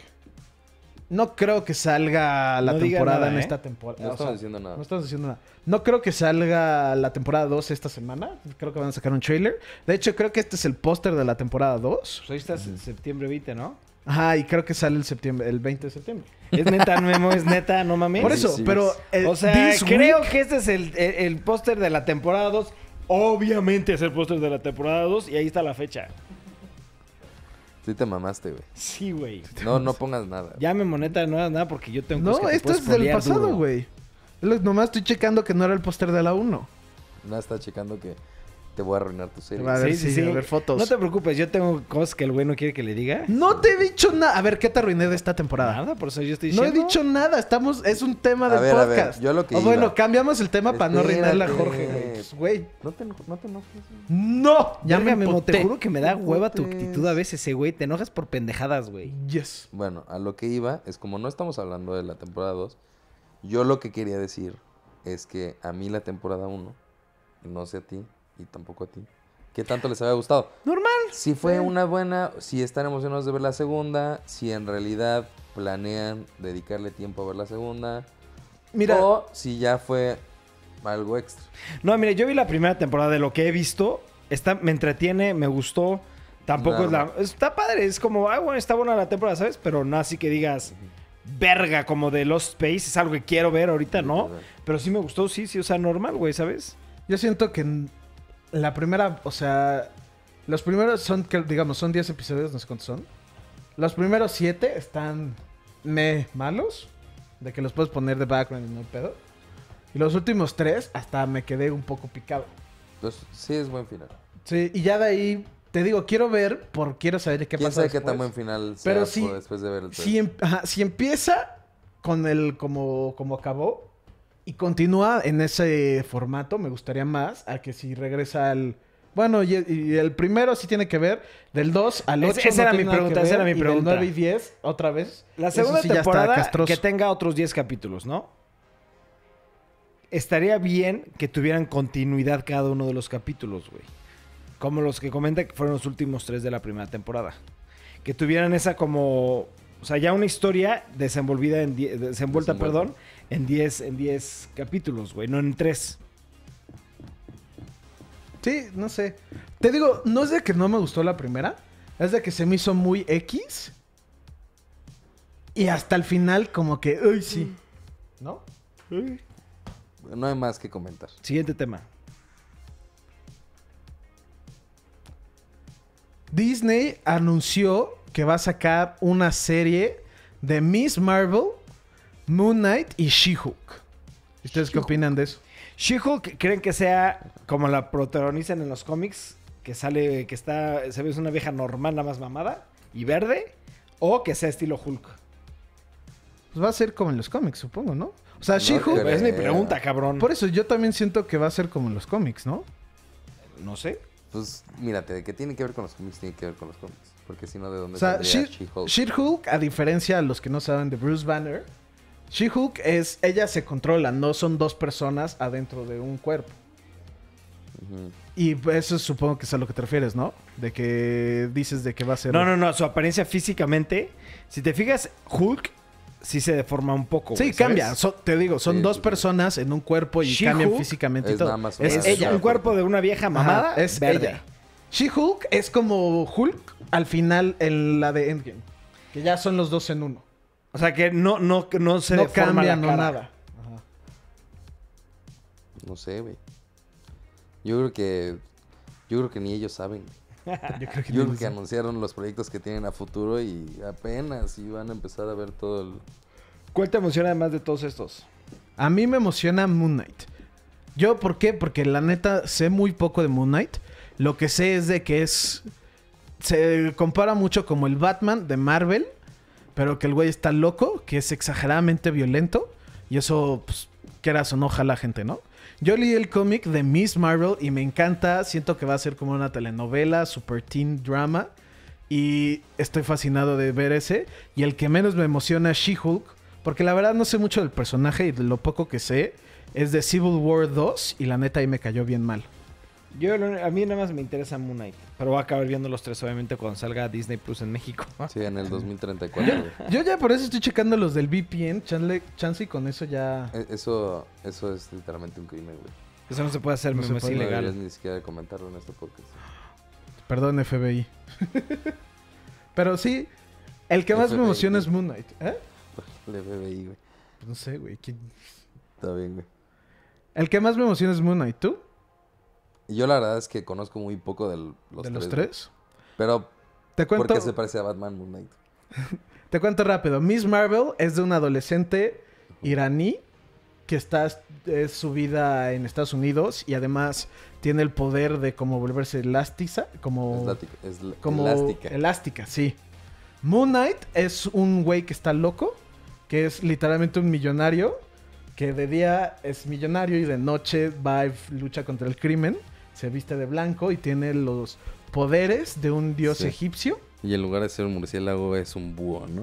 Speaker 3: No creo que salga la
Speaker 1: No diga
Speaker 3: temporada
Speaker 1: nada,
Speaker 3: en
Speaker 1: ¿eh?
Speaker 3: esta temporada.
Speaker 2: No estamos diciendo nada.
Speaker 3: Ah, No estamos diciendo nada. No creo que salga la temporada 2 esta semana. Creo que van a sacar un trailer. De hecho, creo que este es el póster de la temporada 2.
Speaker 1: Pues ahí estás en septiembre, viste, ¿no?
Speaker 3: Ajá, y creo que sale el septiembre, el 20 de septiembre.
Speaker 1: Es neta, no, Memo, es neta, no mames.
Speaker 3: Por eso,
Speaker 2: sí,
Speaker 3: pero eh,
Speaker 1: o sea,
Speaker 3: this
Speaker 1: creo
Speaker 3: week-
Speaker 1: que este es el, el- el póster de la temporada 2. Obviamente es el póster de la temporada 2 y ahí está la fecha.
Speaker 2: Sí te mamaste, güey.
Speaker 1: Sí, güey.
Speaker 2: No, no pongas nada.
Speaker 1: Ya me moneta no es nada porque yo tengo
Speaker 2: Pues
Speaker 1: cosas
Speaker 3: No,
Speaker 1: que te
Speaker 3: esto
Speaker 1: puedo
Speaker 3: es del
Speaker 1: spoilear
Speaker 3: pasado,
Speaker 1: duro.
Speaker 3: güey. Lo- Nomás estoy checando que no era el póster de la 1.
Speaker 2: Nada está checando que te voy a arruinar tu serie.
Speaker 3: A ver,
Speaker 1: Sí, sí,
Speaker 3: sí,
Speaker 1: sí.
Speaker 3: a ver fotos.
Speaker 1: No te preocupes, yo tengo cosas que el güey no quiere que le diga.
Speaker 3: No te he dicho nada. A ver, ¿qué te arruiné de esta temporada?
Speaker 1: Nada, por eso yo estoy
Speaker 3: no
Speaker 1: diciendo.
Speaker 3: he dicho nada. Estamos, es un tema
Speaker 2: A
Speaker 3: del
Speaker 2: ver, a ver,
Speaker 3: podcast.
Speaker 2: yo lo que
Speaker 3: O bueno,
Speaker 2: iba.
Speaker 3: cambiamos el tema para no arruinarle a
Speaker 2: Espérate.
Speaker 3: Jorge, güey. Pues, güey.
Speaker 2: No te, eno- no te enojes. güey.
Speaker 3: No, ya
Speaker 1: Verga,
Speaker 3: me
Speaker 1: Memo,
Speaker 3: empoté.
Speaker 1: te juro que me da hueva tu
Speaker 2: Empotes.
Speaker 1: actitud a veces, eh, güey. Te enojas por pendejadas, güey.
Speaker 3: Yes.
Speaker 2: Bueno, a lo que iba es como no estamos hablando de la temporada 2, yo lo que quería decir es que a mí la temporada 1, no sé a ti y tampoco a ti, que tanto les había gustado.
Speaker 1: Normal.
Speaker 2: Si fue una buena, si están emocionados de ver la segunda, si en realidad planean dedicarle tiempo a ver la segunda,
Speaker 3: Mira,
Speaker 2: o si ya fue algo extra.
Speaker 1: No, mire, yo vi la primera temporada de lo que he visto. Está, me entretiene, me gustó. Tampoco es la.
Speaker 2: Nada.
Speaker 1: Está padre, es como, ah, bueno, está buena la temporada, ¿sabes? Pero no así que digas, verga, como de Lost Space, es algo que quiero ver ahorita, ¿no?
Speaker 2: Literal.
Speaker 1: Pero sí me gustó, sí, sí, o sea, normal, güey, ¿sabes?
Speaker 3: yo siento que en la primera, o sea, Los primeros son, que, digamos, son 10 episodios, no sé cuántos son. Los primeros 7 están me malos, de que los puedes poner de background y no hay pedo. Y los últimos 3 hasta me quedé un poco picado.
Speaker 2: Entonces, sí es buen final.
Speaker 3: Sí, y ya de ahí, te digo, quiero ver, por quiero saber qué
Speaker 2: ¿Quién
Speaker 3: pasa
Speaker 2: sabe qué
Speaker 3: después.
Speaker 2: tan buen final sea
Speaker 3: Pero sí-
Speaker 2: por- después de ver el
Speaker 3: si,
Speaker 2: trailer?
Speaker 3: em- ajá, si empieza con el como, como acabó y continúa en ese formato, me gustaría más a que si regresa al... Bueno, y, y el primero sí tiene que ver, del 2 al
Speaker 1: Ese-
Speaker 3: 8.
Speaker 1: esa era mi pregunta, esa era mi
Speaker 3: Del
Speaker 1: pregunta.
Speaker 3: 9 y 10, otra vez.
Speaker 1: La
Speaker 3: Eso
Speaker 1: segunda
Speaker 3: sí ya está
Speaker 1: temporada
Speaker 3: castroso.
Speaker 1: que tenga otros 10 capítulos, ¿no? Estaría bien que tuvieran continuidad cada uno de los capítulos, güey. Como los que comenta que fueron los últimos tres de la primera temporada. Que tuvieran esa como... O sea, ya una historia desenvolvida en die- desenvuelta,
Speaker 2: Desenvuelta.
Speaker 1: perdón, en 10 en 10 capítulos, güey, no en 3.
Speaker 3: Sí, no sé. Te digo, no es de que no me gustó la primera, es de que se me hizo muy X. Y hasta el final como que, uy, sí. ¿No?
Speaker 2: No hay más que comentar.
Speaker 1: Siguiente tema.
Speaker 3: Disney anunció que va a sacar una serie de Miss Marvel, Moon Knight y She-Hulk. ¿Ustedes qué opinan de eso?
Speaker 1: She-Hulk, ¿creen que sea como la protagonizan en los cómics? Que sale, que está, se ve es una vieja normal, nada más mamada y verde. O que sea estilo Hulk.
Speaker 3: Pues va a ser como en los cómics, supongo, ¿no? O sea,
Speaker 2: No
Speaker 3: She-Hulk...
Speaker 2: creo.
Speaker 1: es mi
Speaker 2: creo.
Speaker 1: pregunta, cabrón.
Speaker 3: Por eso yo también siento que va a ser como en los cómics, ¿no?
Speaker 1: No sé.
Speaker 2: Pues mírate, de que tiene que ver con los cómics, tiene que ver con los cómics. Porque si no, ¿de dónde
Speaker 3: O sea,
Speaker 2: saldría
Speaker 3: She-
Speaker 2: She-Hulk?
Speaker 3: She-Hulk, a diferencia de los que no saben de Bruce Banner, She-Hulk es... Ella se controla, no son dos personas adentro de un cuerpo.
Speaker 2: Ujú.
Speaker 3: Y eso supongo que es a lo que te refieres, ¿no? De que dices de que va a ser...
Speaker 1: No, no, no. Su apariencia físicamente. Si te fijas, Hulk sí se deforma un poco.
Speaker 3: Sí,
Speaker 1: güey,
Speaker 3: cambia.
Speaker 1: ¿sabes?
Speaker 3: So- te digo, son
Speaker 2: Sí,
Speaker 3: dos
Speaker 2: sí, sí.
Speaker 3: personas en un cuerpo y
Speaker 1: She-Hulk
Speaker 3: cambian físicamente y
Speaker 2: es
Speaker 3: todo.
Speaker 2: nada más
Speaker 1: Es,
Speaker 2: una-
Speaker 1: ella,
Speaker 2: una-
Speaker 1: un cuerpo de una vieja
Speaker 3: Ajá,
Speaker 1: mamada.
Speaker 3: es
Speaker 1: verde.
Speaker 3: ella. She-Hulk es como Hulk al final en la de Endgame. Que ya son los dos en uno.
Speaker 1: O sea que no, no, no se
Speaker 3: no
Speaker 1: deforma la
Speaker 3: cambia, no
Speaker 1: cara.
Speaker 3: nada. Ajá.
Speaker 2: No sé, güey. Yo creo que. Yo creo que ni ellos saben.
Speaker 3: Yo creo que
Speaker 2: Yo
Speaker 3: no
Speaker 2: creo que
Speaker 3: sé.
Speaker 2: anunciaron los proyectos que tienen a futuro y apenas iban a empezar a ver todo el.
Speaker 1: ¿Cuál te emociona además de todos estos?
Speaker 3: A mí me emociona Moon Knight. Yo, ¿por qué? Porque la neta sé muy poco de Moon Knight. Lo que sé es de que es. Se compara mucho como el Batman de Marvel. Pero que el güey está loco, que es exageradamente violento. Y eso, pues, quieras o no, jala gente, ¿no? Yo leí el cómic de Miss Marvel y me encanta. Siento que va a ser como una telenovela, super teen drama. Y estoy fascinado de ver ese. Y el que menos me emociona es She-Hulk. Porque la verdad no sé mucho del personaje y de lo poco que sé es de Civil War 2. Y la neta ahí me cayó bien mal.
Speaker 1: Yo, lo- a mí nada más me interesa Moon Knight. Pero voy a acabar viendo los tres, obviamente, cuando salga Disney Plus en México. *laughs*
Speaker 2: Sí, en el 2034.
Speaker 3: *laughs*
Speaker 2: güey.
Speaker 3: Yo ya por eso estoy checando los del VPN. Chanle- Chance y con eso ya.
Speaker 2: E- Eso, eso es literalmente un crimen, güey.
Speaker 1: Eso no se puede hacer,
Speaker 3: No
Speaker 1: me
Speaker 3: se
Speaker 1: es
Speaker 3: puede.
Speaker 2: No deberías
Speaker 1: ilegal.
Speaker 2: ni siquiera comentarlo en este podcast.
Speaker 3: Perdón, FBI. *laughs* Pero sí, el que más me
Speaker 2: FBI.
Speaker 3: emociona es Moon Knight. ¿Eh?
Speaker 2: El FBI, güey. *laughs*
Speaker 3: No sé, güey. ¿quién?
Speaker 2: Está bien, güey.
Speaker 3: El que más me emociona es Moon Knight. ¿Tú?
Speaker 2: Y yo la verdad es que conozco muy poco de los
Speaker 3: ¿De
Speaker 2: tres.
Speaker 3: los
Speaker 2: güey.
Speaker 3: tres?
Speaker 2: Pero
Speaker 3: Te cuento.
Speaker 2: porque se parece a Batman Moon Knight.
Speaker 3: Te cuento rápido. Miss Marvel es de una adolescente iraní que está es subida en Estados Unidos y además tiene el poder de como volverse elástica, como
Speaker 2: Eslati- esl-
Speaker 3: como
Speaker 2: elástica.
Speaker 3: elástica, sí. Moon Knight es un güey que está loco, que es literalmente un millonario, que de día es millonario y de noche va y lucha contra el crimen, se viste de blanco y tiene los poderes de un dios
Speaker 2: Sí.
Speaker 3: egipcio.
Speaker 2: Y en lugar de ser un murciélago es un búho, ¿no?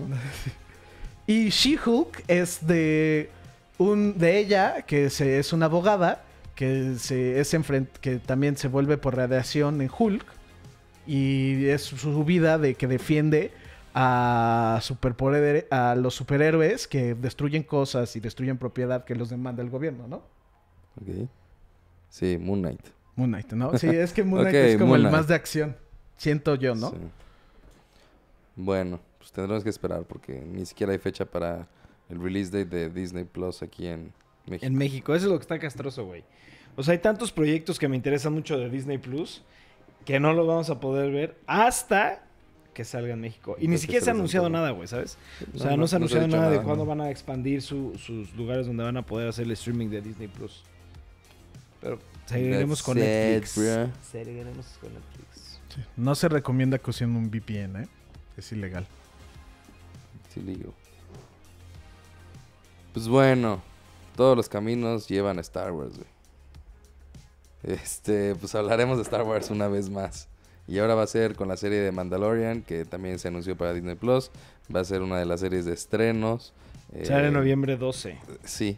Speaker 3: Y She-Hulk es de un de ella que se, es una abogada que se es enfren- que también se vuelve por radiación en Hulk y es su vida de que defiende a superpoder- a los superhéroes que destruyen cosas y destruyen propiedad que los demanda el gobierno, ¿no?
Speaker 2: Ok. Sí, Moon Knight.
Speaker 3: Moon Knight, ¿no? Sí, es que
Speaker 2: *laughs*
Speaker 3: Moon Knight
Speaker 2: Ok,
Speaker 3: es como
Speaker 2: Moon
Speaker 3: el
Speaker 2: Knight.
Speaker 3: más de acción, siento yo, ¿no?
Speaker 2: Sí. Bueno, pues tendremos que esperar porque ni siquiera hay fecha para el release date de Disney Plus aquí en México.
Speaker 1: En México, eso es lo que está castroso, güey. O sea, hay tantos proyectos que me interesan mucho de Disney Plus que no lo vamos a poder ver hasta que salga en México. Y ni
Speaker 2: Entonces,
Speaker 1: siquiera se ha
Speaker 2: presentó.
Speaker 1: anunciado nada, güey, ¿sabes? O
Speaker 2: No,
Speaker 1: sea, no,
Speaker 2: no-
Speaker 1: se ha
Speaker 2: no se ha
Speaker 1: anunciado
Speaker 2: dicho
Speaker 1: nada, de
Speaker 2: nada,
Speaker 1: cuándo
Speaker 2: no.
Speaker 1: van a expandir su- sus lugares donde van a poder hacer el streaming de Disney Plus. Pero seguiremos
Speaker 2: That's
Speaker 1: con
Speaker 2: it,
Speaker 1: Netflix.
Speaker 2: bruh.
Speaker 1: Seguiremos con Netflix.
Speaker 3: Sí. No se recomienda que usen un VPN, ¿eh? Es ilegal.
Speaker 2: Sí, le digo. Pues bueno, todos los caminos llevan a Star Wars, güey. Este, pues hablaremos de Star Wars una vez más. Y ahora va a ser con la serie de Mandalorian, que también se anunció para Disney Plus. Va a ser una de las series de estrenos. eh,
Speaker 1: Sale en noviembre 12.
Speaker 2: Sí,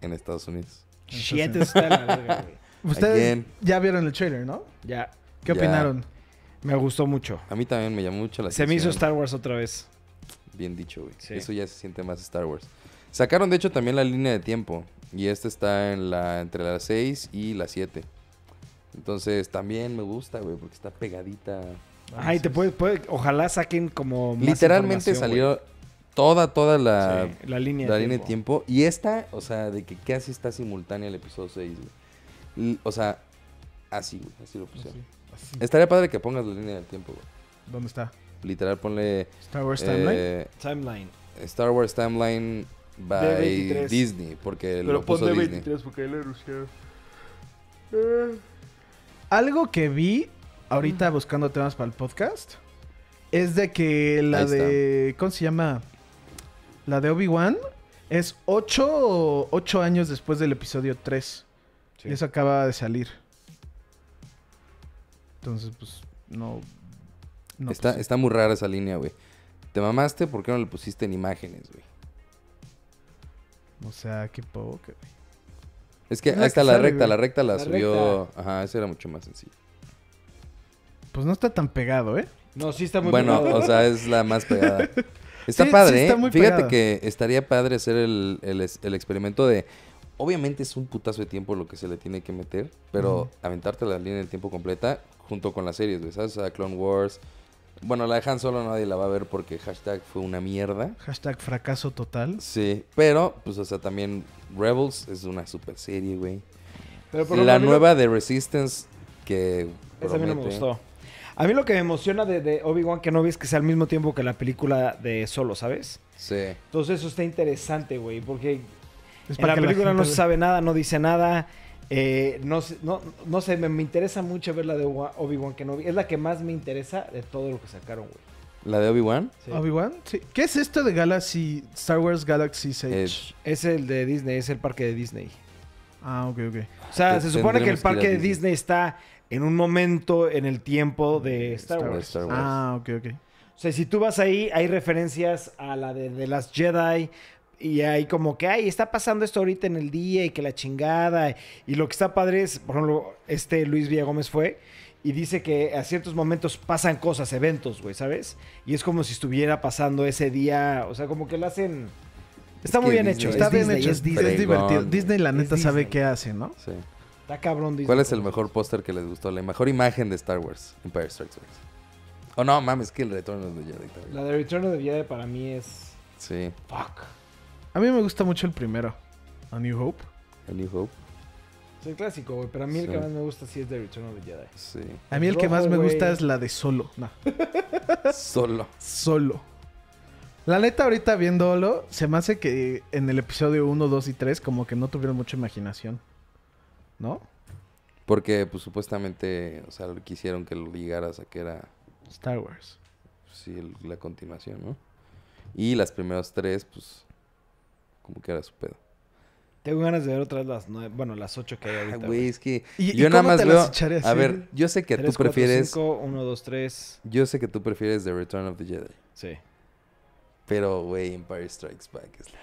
Speaker 2: en Estados Unidos.
Speaker 1: Shit, está la verga, güey.
Speaker 3: Ustedes
Speaker 2: Again.
Speaker 3: ya vieron el trailer, ¿no?
Speaker 1: *laughs* Ya,
Speaker 3: ¿Qué
Speaker 2: Ya.
Speaker 3: opinaron?
Speaker 1: me gustó mucho.
Speaker 2: A mí también me llamó mucho la
Speaker 1: Se me hizo
Speaker 2: atención.
Speaker 1: Star Wars otra vez.
Speaker 2: Bien dicho, güey.
Speaker 1: Sí.
Speaker 2: Eso ya se siente más Star Wars. Sacaron, de hecho, también la línea de tiempo. Y esta está en la, entre las 6 y las 7. Entonces, también me gusta, güey, porque está pegadita.
Speaker 1: Ay, te puedes, puede- ojalá saquen como más
Speaker 2: Literalmente
Speaker 1: información,
Speaker 2: salió toda, toda la,
Speaker 1: güey. Sí, la línea
Speaker 2: la línea de tiempo. Y esta, o sea, de que casi está simultánea el episodio 6, güey. L- O sea, así, güey, así lo pusieron.
Speaker 3: Así, así.
Speaker 2: Estaría padre que pongas la línea del tiempo, güey.
Speaker 3: ¿Dónde está?
Speaker 2: Literal, ponle...
Speaker 3: Star Wars Timeline.
Speaker 2: eh,
Speaker 1: Timeline.
Speaker 2: Star Wars Timeline by
Speaker 1: D23.
Speaker 2: Disney, porque
Speaker 4: Pero
Speaker 2: lo
Speaker 4: pon
Speaker 2: puso
Speaker 4: de
Speaker 2: Disney.
Speaker 4: 23 porque ahí le rushearon.
Speaker 1: Eh,
Speaker 3: Algo que vi ahorita buscando temas para el podcast es de que la
Speaker 2: Ahí está.
Speaker 3: de. ¿Cómo se llama? La de Obi-Wan es 8, años después del episodio 3.
Speaker 1: Sí.
Speaker 3: Y eso acaba de salir. Entonces, pues, no. no,
Speaker 2: está,
Speaker 3: pues,
Speaker 2: está muy rara esa línea, güey. Te mamaste porque no le pusiste en imágenes, güey.
Speaker 3: O sea, qué poco. güey.
Speaker 2: Es que
Speaker 3: Es
Speaker 2: ahí
Speaker 3: la que
Speaker 2: está la
Speaker 3: sale,
Speaker 2: recta,
Speaker 3: güey.
Speaker 2: la recta la,
Speaker 1: La
Speaker 2: subió. Ajá, eso era mucho más sencillo.
Speaker 3: Pues no está tan pegado, ¿eh?
Speaker 1: No, sí está muy
Speaker 2: bueno,
Speaker 1: pegado.
Speaker 2: o sea, es la más
Speaker 3: *laughs*
Speaker 2: pegada. Está
Speaker 3: Sí,
Speaker 2: padre,
Speaker 3: sí está
Speaker 2: ¿eh?
Speaker 3: muy
Speaker 2: Fíjate
Speaker 3: pegada.
Speaker 2: que estaría padre hacer el, el es- el experimento de. Obviamente es un putazo de tiempo lo que se le tiene que meter, pero
Speaker 3: Ujú.
Speaker 2: aventarte la línea del tiempo completa junto con las series, güey, ¿sabes? O sea, Clone Wars. Bueno, la dejan solo, nadie la va a ver porque hashtag fue una mierda.
Speaker 3: Hashtag fracaso total.
Speaker 2: Sí, pero, pues, o sea, también Rebels es una super serie, güey.
Speaker 1: *laughs* Pero por lo
Speaker 2: La
Speaker 1: menos-
Speaker 2: nueva de Resistance que
Speaker 1: Esa a mí no me
Speaker 2: promete.
Speaker 1: gustó. A mí lo que me emociona de, de Obi-Wan Kenobi es que sea al mismo tiempo que la película de Solo, ¿sabes?
Speaker 2: Sí.
Speaker 1: Entonces eso está interesante, güey, porque
Speaker 3: Es
Speaker 1: en la
Speaker 3: que la
Speaker 1: película no
Speaker 3: gente
Speaker 1: se
Speaker 3: ve-
Speaker 1: sabe nada, no dice nada. eh, no, sé- no, no sé, me, me interesa mucho ver la de Obi- Obi-Wan Kenobi. Es la que más me interesa de todo lo que sacaron, güey.
Speaker 2: La de Obi-Wan
Speaker 1: Sí.
Speaker 3: Obi-Wan, sí. ¿Qué es esto de Galaxy Star Wars Galaxy 6?
Speaker 2: es...
Speaker 1: Es el de Disney, es el parque de Disney.
Speaker 3: Ah, ok, ok.
Speaker 1: O sea,
Speaker 2: Te-
Speaker 1: se supone que el
Speaker 2: tendremos que ir a
Speaker 1: parque de
Speaker 2: Disney.
Speaker 1: Disney está en un momento en el tiempo de Star
Speaker 2: Star
Speaker 1: Wars.
Speaker 2: Wars. Star Wars.
Speaker 3: Ah, ok, ok.
Speaker 1: O sea, si tú vas ahí, hay referencias a la de, de las Jedi. Y hay como que, ay, está pasando esto ahorita en el día y que la chingada. Y lo que está padre es, por ejemplo, este Luis Villagómez fue y dice que a ciertos momentos pasan cosas, eventos, güey, ¿sabes? Y es como si estuviera pasando ese día. O sea, como que lo hacen. Está
Speaker 2: Es
Speaker 1: muy
Speaker 2: que
Speaker 1: bien
Speaker 2: Disney
Speaker 1: hecho.
Speaker 2: es
Speaker 3: Está
Speaker 1: es
Speaker 3: bien
Speaker 1: Disney,
Speaker 3: hecho.
Speaker 1: Es Disney.
Speaker 3: Es
Speaker 2: Fregón,
Speaker 3: divertido.
Speaker 2: güey.
Speaker 3: Disney, la
Speaker 1: Es
Speaker 3: neta, sabe
Speaker 1: Disney.
Speaker 3: qué hace, ¿no?
Speaker 2: Sí.
Speaker 1: Está cabrón Disney.
Speaker 2: ¿Cuál es el mejor póster que les gustó? La mejor imagen de Star Wars, Empire Strikes Back. Oh, no, mames, que el retorno de Jedi. también.
Speaker 1: La de Return of the Jedi para mí es.
Speaker 2: Sí,
Speaker 1: Fuck.
Speaker 3: A mí me gusta mucho el primero. A New Hope.
Speaker 2: A New Hope.
Speaker 1: Es el clásico, güey. Pero a mí el
Speaker 2: Sí.
Speaker 1: que más me gusta sí es The Return of the Jedi.
Speaker 2: Sí. *laughs*
Speaker 3: A mí el que
Speaker 1: Rojo,
Speaker 3: más me
Speaker 1: güey.
Speaker 3: gusta es la de Solo. No,
Speaker 2: Solo.
Speaker 3: Solo. La neta, ahorita viéndolo, se me hace que en el episodio 1, 2 y 3 como que no tuvieron mucha imaginación. ¿No?
Speaker 2: Porque, pues, supuestamente, o sea, quisieron que lo ligaras a que era, pues,
Speaker 3: Star Wars.
Speaker 2: sí, el- la continuación, ¿no? Y las primeras tres, pues, como que era su pedo.
Speaker 1: Tengo ganas de ver otras las nueve, bueno, las ocho que hay
Speaker 2: Ah,
Speaker 1: ahorita.
Speaker 2: güey, es que
Speaker 3: ¿Y- y
Speaker 2: yo nada
Speaker 3: cómo
Speaker 2: más
Speaker 3: te las
Speaker 2: veo-
Speaker 3: echaré
Speaker 2: A
Speaker 3: así?
Speaker 2: ver, yo sé que
Speaker 1: Tres,
Speaker 2: tú
Speaker 1: cuatro,
Speaker 2: prefieres...
Speaker 1: cinco, uno, dos, tres.
Speaker 2: Yo sé que tú prefieres The Return of the Jedi.
Speaker 1: Sí.
Speaker 2: Pero, güey, Empire Strikes Back es la...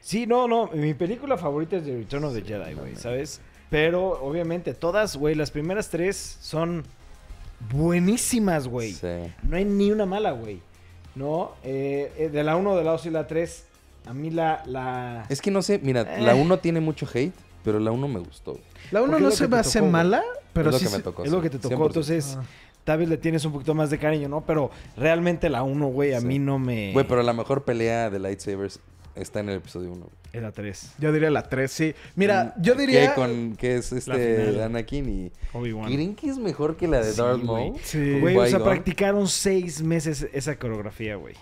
Speaker 1: Sí, no, no. Mi película favorita es The Return of the Jedi, güey, ¿sabes? Pero, obviamente, todas, güey, las primeras tres son buenísimas, güey.
Speaker 2: Sí.
Speaker 1: No hay ni una mala, güey. ¿No? Eh, eh, de la 1, de la 2 y la 3, a mí la... la...
Speaker 2: Es que no sé, mira,
Speaker 1: Eh.
Speaker 2: la 1 tiene mucho hate, pero la 1 me gustó. güey.
Speaker 3: La
Speaker 1: Porque
Speaker 3: 1
Speaker 1: es
Speaker 3: no
Speaker 1: lo
Speaker 3: se
Speaker 1: que
Speaker 3: me
Speaker 1: te
Speaker 3: hace
Speaker 1: tocó, güey.
Speaker 3: mala, pero
Speaker 2: es lo
Speaker 3: sí
Speaker 2: que me
Speaker 3: se-
Speaker 2: tocó.
Speaker 1: Es lo
Speaker 2: sí,
Speaker 1: que te tocó,
Speaker 2: 100%.
Speaker 1: entonces
Speaker 3: Ah.
Speaker 1: tal vez le tienes un poquito más de cariño, ¿no? Pero realmente la 1, güey, a
Speaker 2: Sí.
Speaker 3: eh.
Speaker 1: mí no me...
Speaker 2: Güey, pero la mejor pelea de lightsabers está en el episodio 1.
Speaker 1: Es la 3.
Speaker 3: Yo diría la 3, sí. Mira,
Speaker 1: Mm,
Speaker 3: yo diría...
Speaker 2: Que, con, que es
Speaker 1: final.
Speaker 2: este Anakin y...
Speaker 1: Obi-Wan.
Speaker 2: ¿Creen que es mejor que la de
Speaker 1: Sí,
Speaker 2: Darth
Speaker 1: güey.
Speaker 2: Maul?
Speaker 3: Sí.
Speaker 1: Güey, o sea,
Speaker 2: Qui-Gon.
Speaker 1: practicaron seis meses esa coreografía, güey.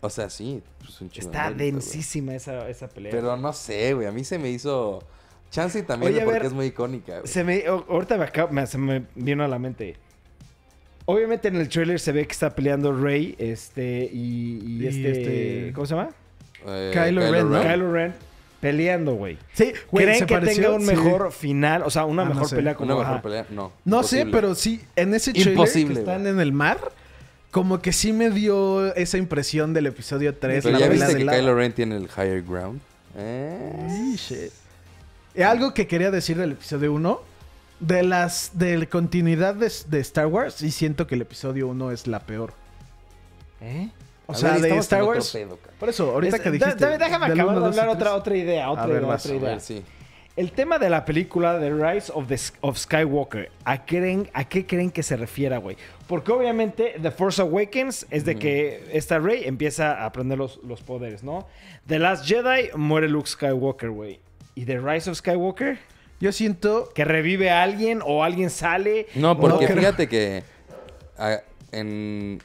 Speaker 2: O sea, sí, pues un chingo
Speaker 1: Está
Speaker 2: de mérito, güey.
Speaker 1: densísima esa, esa pelea.
Speaker 2: Pero no sé, güey. A mí se me hizo. Chance y también
Speaker 1: Oye, a
Speaker 2: porque
Speaker 1: ver,
Speaker 2: es muy icónica, güey.
Speaker 1: Se me, o- ahorita me, acabo- me- se me vino a la mente. Obviamente en el trailer se ve que está peleando Rey este, y, y
Speaker 3: Y
Speaker 1: este,
Speaker 3: este-
Speaker 1: ¿Cómo se llama?
Speaker 2: Eh,
Speaker 3: Kylo Ren, ¿no?
Speaker 1: Kylo Ren peleando, güey.
Speaker 3: Sí, güey,
Speaker 1: ¿Creen
Speaker 3: se
Speaker 1: que
Speaker 3: pareció,
Speaker 1: tenga un
Speaker 3: sí.
Speaker 1: mejor final? O sea, una
Speaker 3: Ah, no
Speaker 1: mejor
Speaker 3: sé.
Speaker 1: pelea como...
Speaker 2: Una mejor
Speaker 1: ajá.
Speaker 2: pelea. No.
Speaker 3: No sé,
Speaker 2: imposible.
Speaker 3: pero sí, en ese trailer
Speaker 2: Imposible,
Speaker 3: que están
Speaker 2: güey.
Speaker 3: en el mar, como que sí me dio esa impresión del episodio 3,
Speaker 2: Pero
Speaker 3: la
Speaker 2: ya
Speaker 3: vela
Speaker 2: viste
Speaker 3: de
Speaker 2: que
Speaker 3: lava.
Speaker 2: Kylo Ren tiene el higher ground. Eh,
Speaker 3: Sí, shit. Y algo que quería decir del episodio 1, de las de la continuidad de, de Star Wars, y siento que el episodio 1 es la peor.
Speaker 1: ¿Eh?
Speaker 3: O
Speaker 2: a
Speaker 3: sea,
Speaker 2: ver,
Speaker 3: de
Speaker 2: estamos
Speaker 3: Star
Speaker 2: en otro
Speaker 3: Wars.
Speaker 2: pedo, cabrón.
Speaker 3: Por eso, ahorita
Speaker 1: Es-
Speaker 3: que
Speaker 1: da-
Speaker 3: dijiste.
Speaker 1: da- déjame
Speaker 3: del
Speaker 1: acabar
Speaker 3: uno,
Speaker 1: de
Speaker 3: dos y
Speaker 1: hablar
Speaker 3: tres.
Speaker 1: otra, otra idea, otra
Speaker 3: ver,
Speaker 1: idea,
Speaker 3: vas,
Speaker 1: otra
Speaker 2: A
Speaker 1: idea.
Speaker 2: ver, sí.
Speaker 1: El tema de la película The Rise of, the, of Skywalker, ¿a, creen, ¿a qué creen que se refiera, güey? Porque obviamente The Force Awakens es de que esta Rey empieza a aprender los, los poderes, ¿no? The Last Jedi muere Luke Skywalker, güey. ¿Y The Rise of Skywalker?
Speaker 3: Yo siento.
Speaker 1: ¿Que revive a alguien o alguien sale?
Speaker 2: No, porque
Speaker 3: creo.
Speaker 2: fíjate que ah, en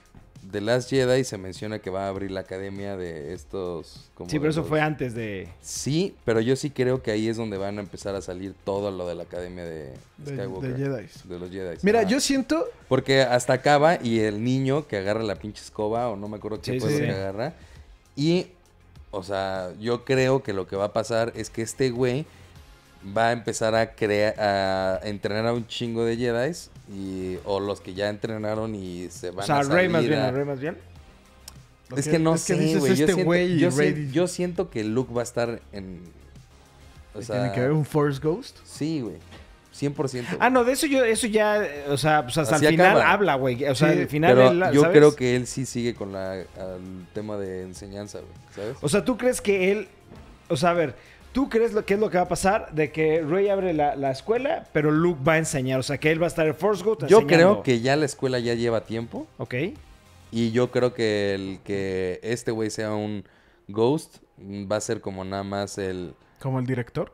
Speaker 2: The Last Jedi se menciona que va a abrir la academia de estos. como
Speaker 1: Sí,
Speaker 2: de
Speaker 1: pero eso
Speaker 2: los-
Speaker 1: fue antes de...
Speaker 2: Sí, pero yo sí creo que ahí es donde van a empezar a salir todo lo de la academia de
Speaker 3: De-
Speaker 2: Skywalker.
Speaker 3: de Jedi.
Speaker 2: De los Jedi. Ah,
Speaker 3: Mira,
Speaker 2: ajá.
Speaker 3: yo siento.
Speaker 2: Porque hasta acaba y el niño que agarra la pinche escoba o no me acuerdo qué
Speaker 1: Sí,
Speaker 2: juego
Speaker 1: sí,
Speaker 2: que
Speaker 1: sí.
Speaker 2: agarra. Y, o sea, yo creo que lo que va a pasar es que este güey va a empezar a crear, a entrenar a un chingo de Jedi y, o los que ya entrenaron y se
Speaker 1: O
Speaker 2: van
Speaker 1: sea,
Speaker 2: a
Speaker 1: Rey más
Speaker 2: salir
Speaker 1: bien,
Speaker 2: a-
Speaker 1: Rey más bien.
Speaker 2: Es que no sé,
Speaker 3: dices
Speaker 2: güey. Yo,
Speaker 3: este
Speaker 2: siento-
Speaker 3: güey y
Speaker 2: yo
Speaker 3: Rey
Speaker 2: siento-
Speaker 3: dice-
Speaker 2: yo siento que Luke va a estar en... O sea,
Speaker 3: Tiene que haber un Force Ghost.
Speaker 2: sí, güey. 100%. güey.
Speaker 1: Ah, no, de eso yo, eso ya, eh, o sea, pues hasta
Speaker 2: Así
Speaker 1: el final
Speaker 2: acaba.
Speaker 1: habla, güey. O sea,
Speaker 3: Sí,
Speaker 1: al final
Speaker 2: Pero
Speaker 1: él,
Speaker 2: yo
Speaker 1: ¿sabes?
Speaker 2: creo que él sí sigue con la, al tema de enseñanza, güey, ¿sabes?
Speaker 1: O sea, ¿tú crees que él... O sea, a ver, ¿tú crees lo que es lo que va a pasar? De que Rey abre la, la escuela, pero Luke va a enseñar. O sea, que él va a estar en Force Ghost
Speaker 2: yo
Speaker 1: enseñando.
Speaker 2: creo que ya la escuela ya lleva tiempo
Speaker 1: Ok.
Speaker 2: y yo creo que el que este güey sea un ghost mm, va a ser como nada más el...
Speaker 3: Como el director.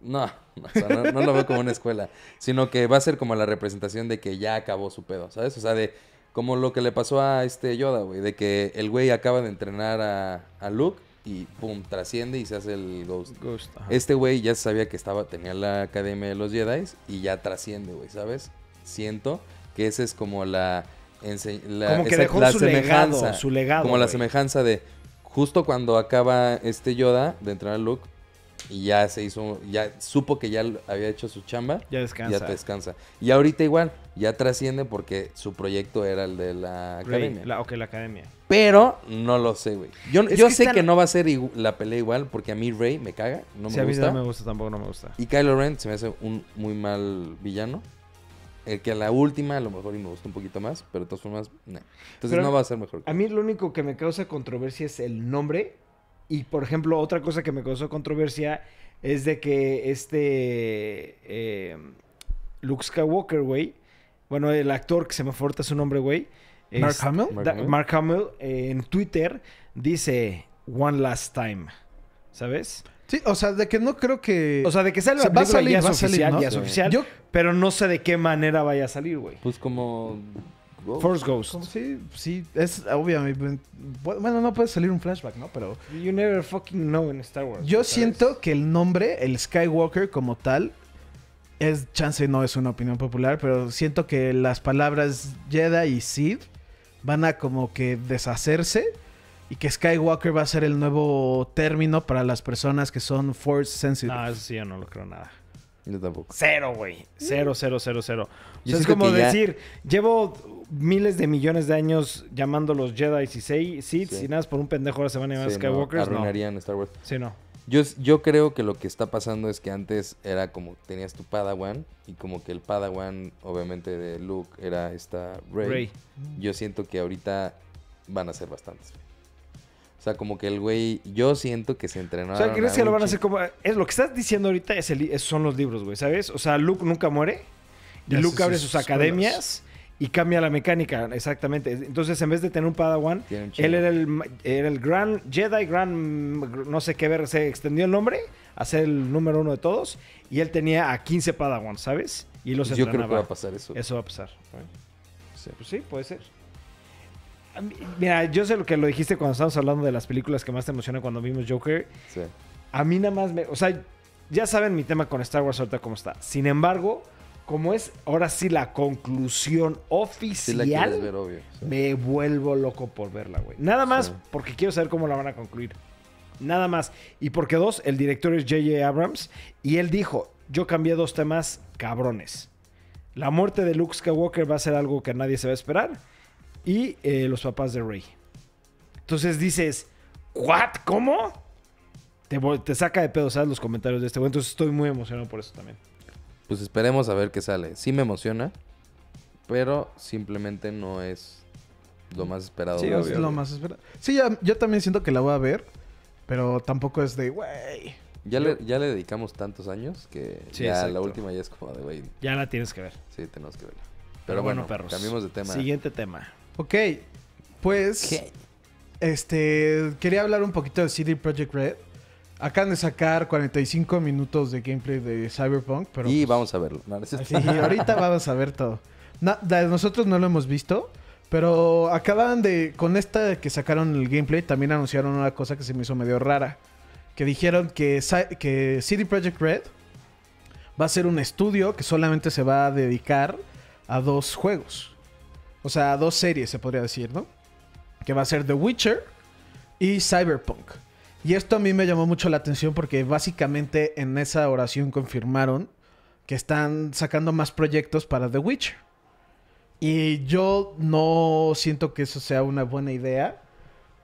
Speaker 2: No, no, o sea, no, no lo veo como una escuela, sino que va a ser como la representación de que ya acabó su pedo, ¿sabes? O sea, de como lo que le pasó a este Yoda, güey, de que el güey acaba de entrenar a, a Luke y pum, trasciende y se hace el ghost.
Speaker 1: Ghost. ajá.
Speaker 2: Este güey ya sabía que estaba, tenía la Academia de los Jedi y ya trasciende, güey, ¿sabes? Siento que esa es como la, ense- la-
Speaker 1: Como que
Speaker 2: esa-
Speaker 1: dejó
Speaker 2: la
Speaker 1: su legado, su legado,
Speaker 2: Como la
Speaker 1: güey.
Speaker 2: semejanza de justo cuando acaba este Yoda de entrar a Luke y ya se hizo, ya supo que ya l- había hecho su chamba.
Speaker 1: Ya descansa.
Speaker 2: Ya te descansa. Y ahorita igual, ya trasciende porque su proyecto era el de la
Speaker 1: Rey,
Speaker 2: academia.
Speaker 1: la- ok, la academia.
Speaker 2: Pero no lo sé, güey. Yo,
Speaker 1: Es
Speaker 2: yo
Speaker 1: que
Speaker 2: sé
Speaker 1: están-
Speaker 2: que no va a ser igu- la pelea igual porque a mí Rey me caga, no me
Speaker 1: Sí, a mí
Speaker 2: gusta.
Speaker 1: no me gusta, tampoco no me gusta.
Speaker 2: Y Kylo Ren se me hace un muy mal villano. El que a la última a lo mejor y me gusta un poquito más, pero de todas formas, no. Entonces
Speaker 1: Pero-
Speaker 2: no va a ser mejor.
Speaker 1: A mí lo único que me causa controversia es el nombre. Y por ejemplo, otra cosa que me causó controversia es de que este eh, Luke Skywalker, güey. Bueno, el actor que se me aforta su nombre, güey. este, es-
Speaker 3: Mark Hamill.
Speaker 2: Mark
Speaker 1: da-
Speaker 2: Hamill.
Speaker 1: Mark Hamill eh, en Twitter dice One Last Time. ¿Sabes?
Speaker 3: Sí, o sea, de que no creo que.
Speaker 1: O sea, de que sale
Speaker 3: O
Speaker 1: la
Speaker 3: sea, va a
Speaker 1: película
Speaker 3: salir,
Speaker 1: ya es
Speaker 3: va a salir,
Speaker 1: oficial,
Speaker 3: ¿no?
Speaker 1: ya es
Speaker 2: Sí.
Speaker 1: oficial.
Speaker 3: Yo-
Speaker 1: Pero no sé de qué manera vaya a salir, güey.
Speaker 2: Pues como. Ghost.
Speaker 1: Force Ghost.
Speaker 3: Como pues, Sí, sí, es obviamente. Bueno, no puede salir un flashback, ¿no? Pero
Speaker 1: You never fucking know en Star Wars.
Speaker 3: yo
Speaker 1: ¿sabes?
Speaker 3: siento que el nombre, el Skywalker como tal, es chance, no es una opinión popular, pero siento que las palabras Jedi y Sith van a como que deshacerse y que Skywalker va a ser el nuevo término para las personas que son Force sensitive.
Speaker 1: No, eso sí yo no lo creo nada.
Speaker 2: Yo tampoco.
Speaker 1: Cero, güey. Cero, cero, cero, cero. O
Speaker 2: Yo
Speaker 1: sea, es
Speaker 2: siento
Speaker 1: como
Speaker 2: que ya-
Speaker 1: decir, llevo miles de millones de años llamándolos Jedi y Sei- Sith
Speaker 2: Sí.
Speaker 1: y nada, más por un pendejo ahora se van a llamar
Speaker 2: Sí, no,
Speaker 1: Skywalkers. No,
Speaker 2: arruinarían Star Wars.
Speaker 1: Sí, no.
Speaker 2: Yo, yo creo que lo que está pasando es que antes era como tenías tu Padawan y como que el Padawan, obviamente, de Luke era esta Rey.
Speaker 1: Rey.
Speaker 2: Yo siento que ahorita van a ser bastantes. güey. O sea, como que el güey, yo siento que se entrenó.
Speaker 1: O sea, ¿crees que lo van a hacer como... eh, Es lo que estás diciendo ahorita es el, es- son los libros, güey, ¿sabes? O sea, Luke nunca muere. Y
Speaker 3: Ya
Speaker 1: Luke
Speaker 3: hace
Speaker 1: abre
Speaker 3: sus
Speaker 1: sus academias. y cambia la mecánica, exactamente. Entonces, en vez de tener un Padawan,
Speaker 2: Tiene un chingo.
Speaker 1: él era el, ma- era el Gran Jedi, Gran, no sé qué ver, se extendió el nombre a ser el número uno de todos. Y él tenía a 15 Padawan, ¿sabes? Y los
Speaker 2: Pues Yo creo que va
Speaker 1: entrenaba.
Speaker 2: a pasar eso.
Speaker 1: Eso va a pasar.
Speaker 2: Sí.
Speaker 1: Pues sí, puede ser. A mí- Mira, yo sé lo que lo dijiste cuando estábamos hablando de las películas que más te emocionan cuando vimos Joker.
Speaker 2: Sí.
Speaker 1: A mí nada más me. O sea, ya saben mi tema con Star Wars ahorita cómo está. Sin embargo, como es ahora sí la conclusión
Speaker 2: Sí
Speaker 1: oficial,
Speaker 2: la quieres ver, obvio. sí.
Speaker 1: me vuelvo loco por verla, güey. Nada más
Speaker 2: Sí.
Speaker 1: porque quiero saber cómo la van a concluir. Nada más. Y porque dos, el director es J.J. Abrams y él dijo, yo cambié dos temas cabrones. La muerte de Luke Skywalker va a ser algo que nadie se va a esperar y eh, los papás de Rey. Entonces dices, ¿what? ¿Cómo? Te, vol- te saca de pedo, ¿sabes? Los comentarios de este güey. Entonces estoy muy emocionado por eso también.
Speaker 2: Pues esperemos a ver qué sale. Sí me emociona, pero simplemente no es lo más esperado.
Speaker 3: Sí,
Speaker 2: de la
Speaker 3: es
Speaker 2: vida.
Speaker 3: lo más esperado. Sí, ya- yo también siento que la voy a ver, pero tampoco es de, güey.
Speaker 2: Ya, le, ya le dedicamos tantos años que
Speaker 1: Sí,
Speaker 2: ya la
Speaker 1: exacto.
Speaker 2: última ya es como de, güey,
Speaker 1: Ya la tienes que ver.
Speaker 2: sí, tenemos que verla. Pero bueno, cambiamos de tema.
Speaker 1: Siguiente tema.
Speaker 3: Ok, pues. Este. Quería hablar un poquito de CD Projekt Red. Acaban de sacar 45 minutos de gameplay de Cyberpunk, pero.
Speaker 2: y
Speaker 3: pues,
Speaker 2: vamos a verlo. No, no es cierto.
Speaker 3: Sí, *laughs* ahorita vamos a ver todo. Na- da- nosotros no lo hemos visto, pero acaban de. Con esta que sacaron el gameplay, también anunciaron una cosa que se me hizo medio rara. Que dijeron que, Sa- que CD Projekt Red va a ser un estudio que solamente se va a dedicar a dos juegos. O sea, a dos series, se podría decir, ¿no? Que va a ser The Witcher y Cyberpunk. Y esto a mí me llamó mucho la atención porque básicamente en esa oración confirmaron que están sacando más proyectos para The Witcher. Y yo no siento que eso sea una buena idea.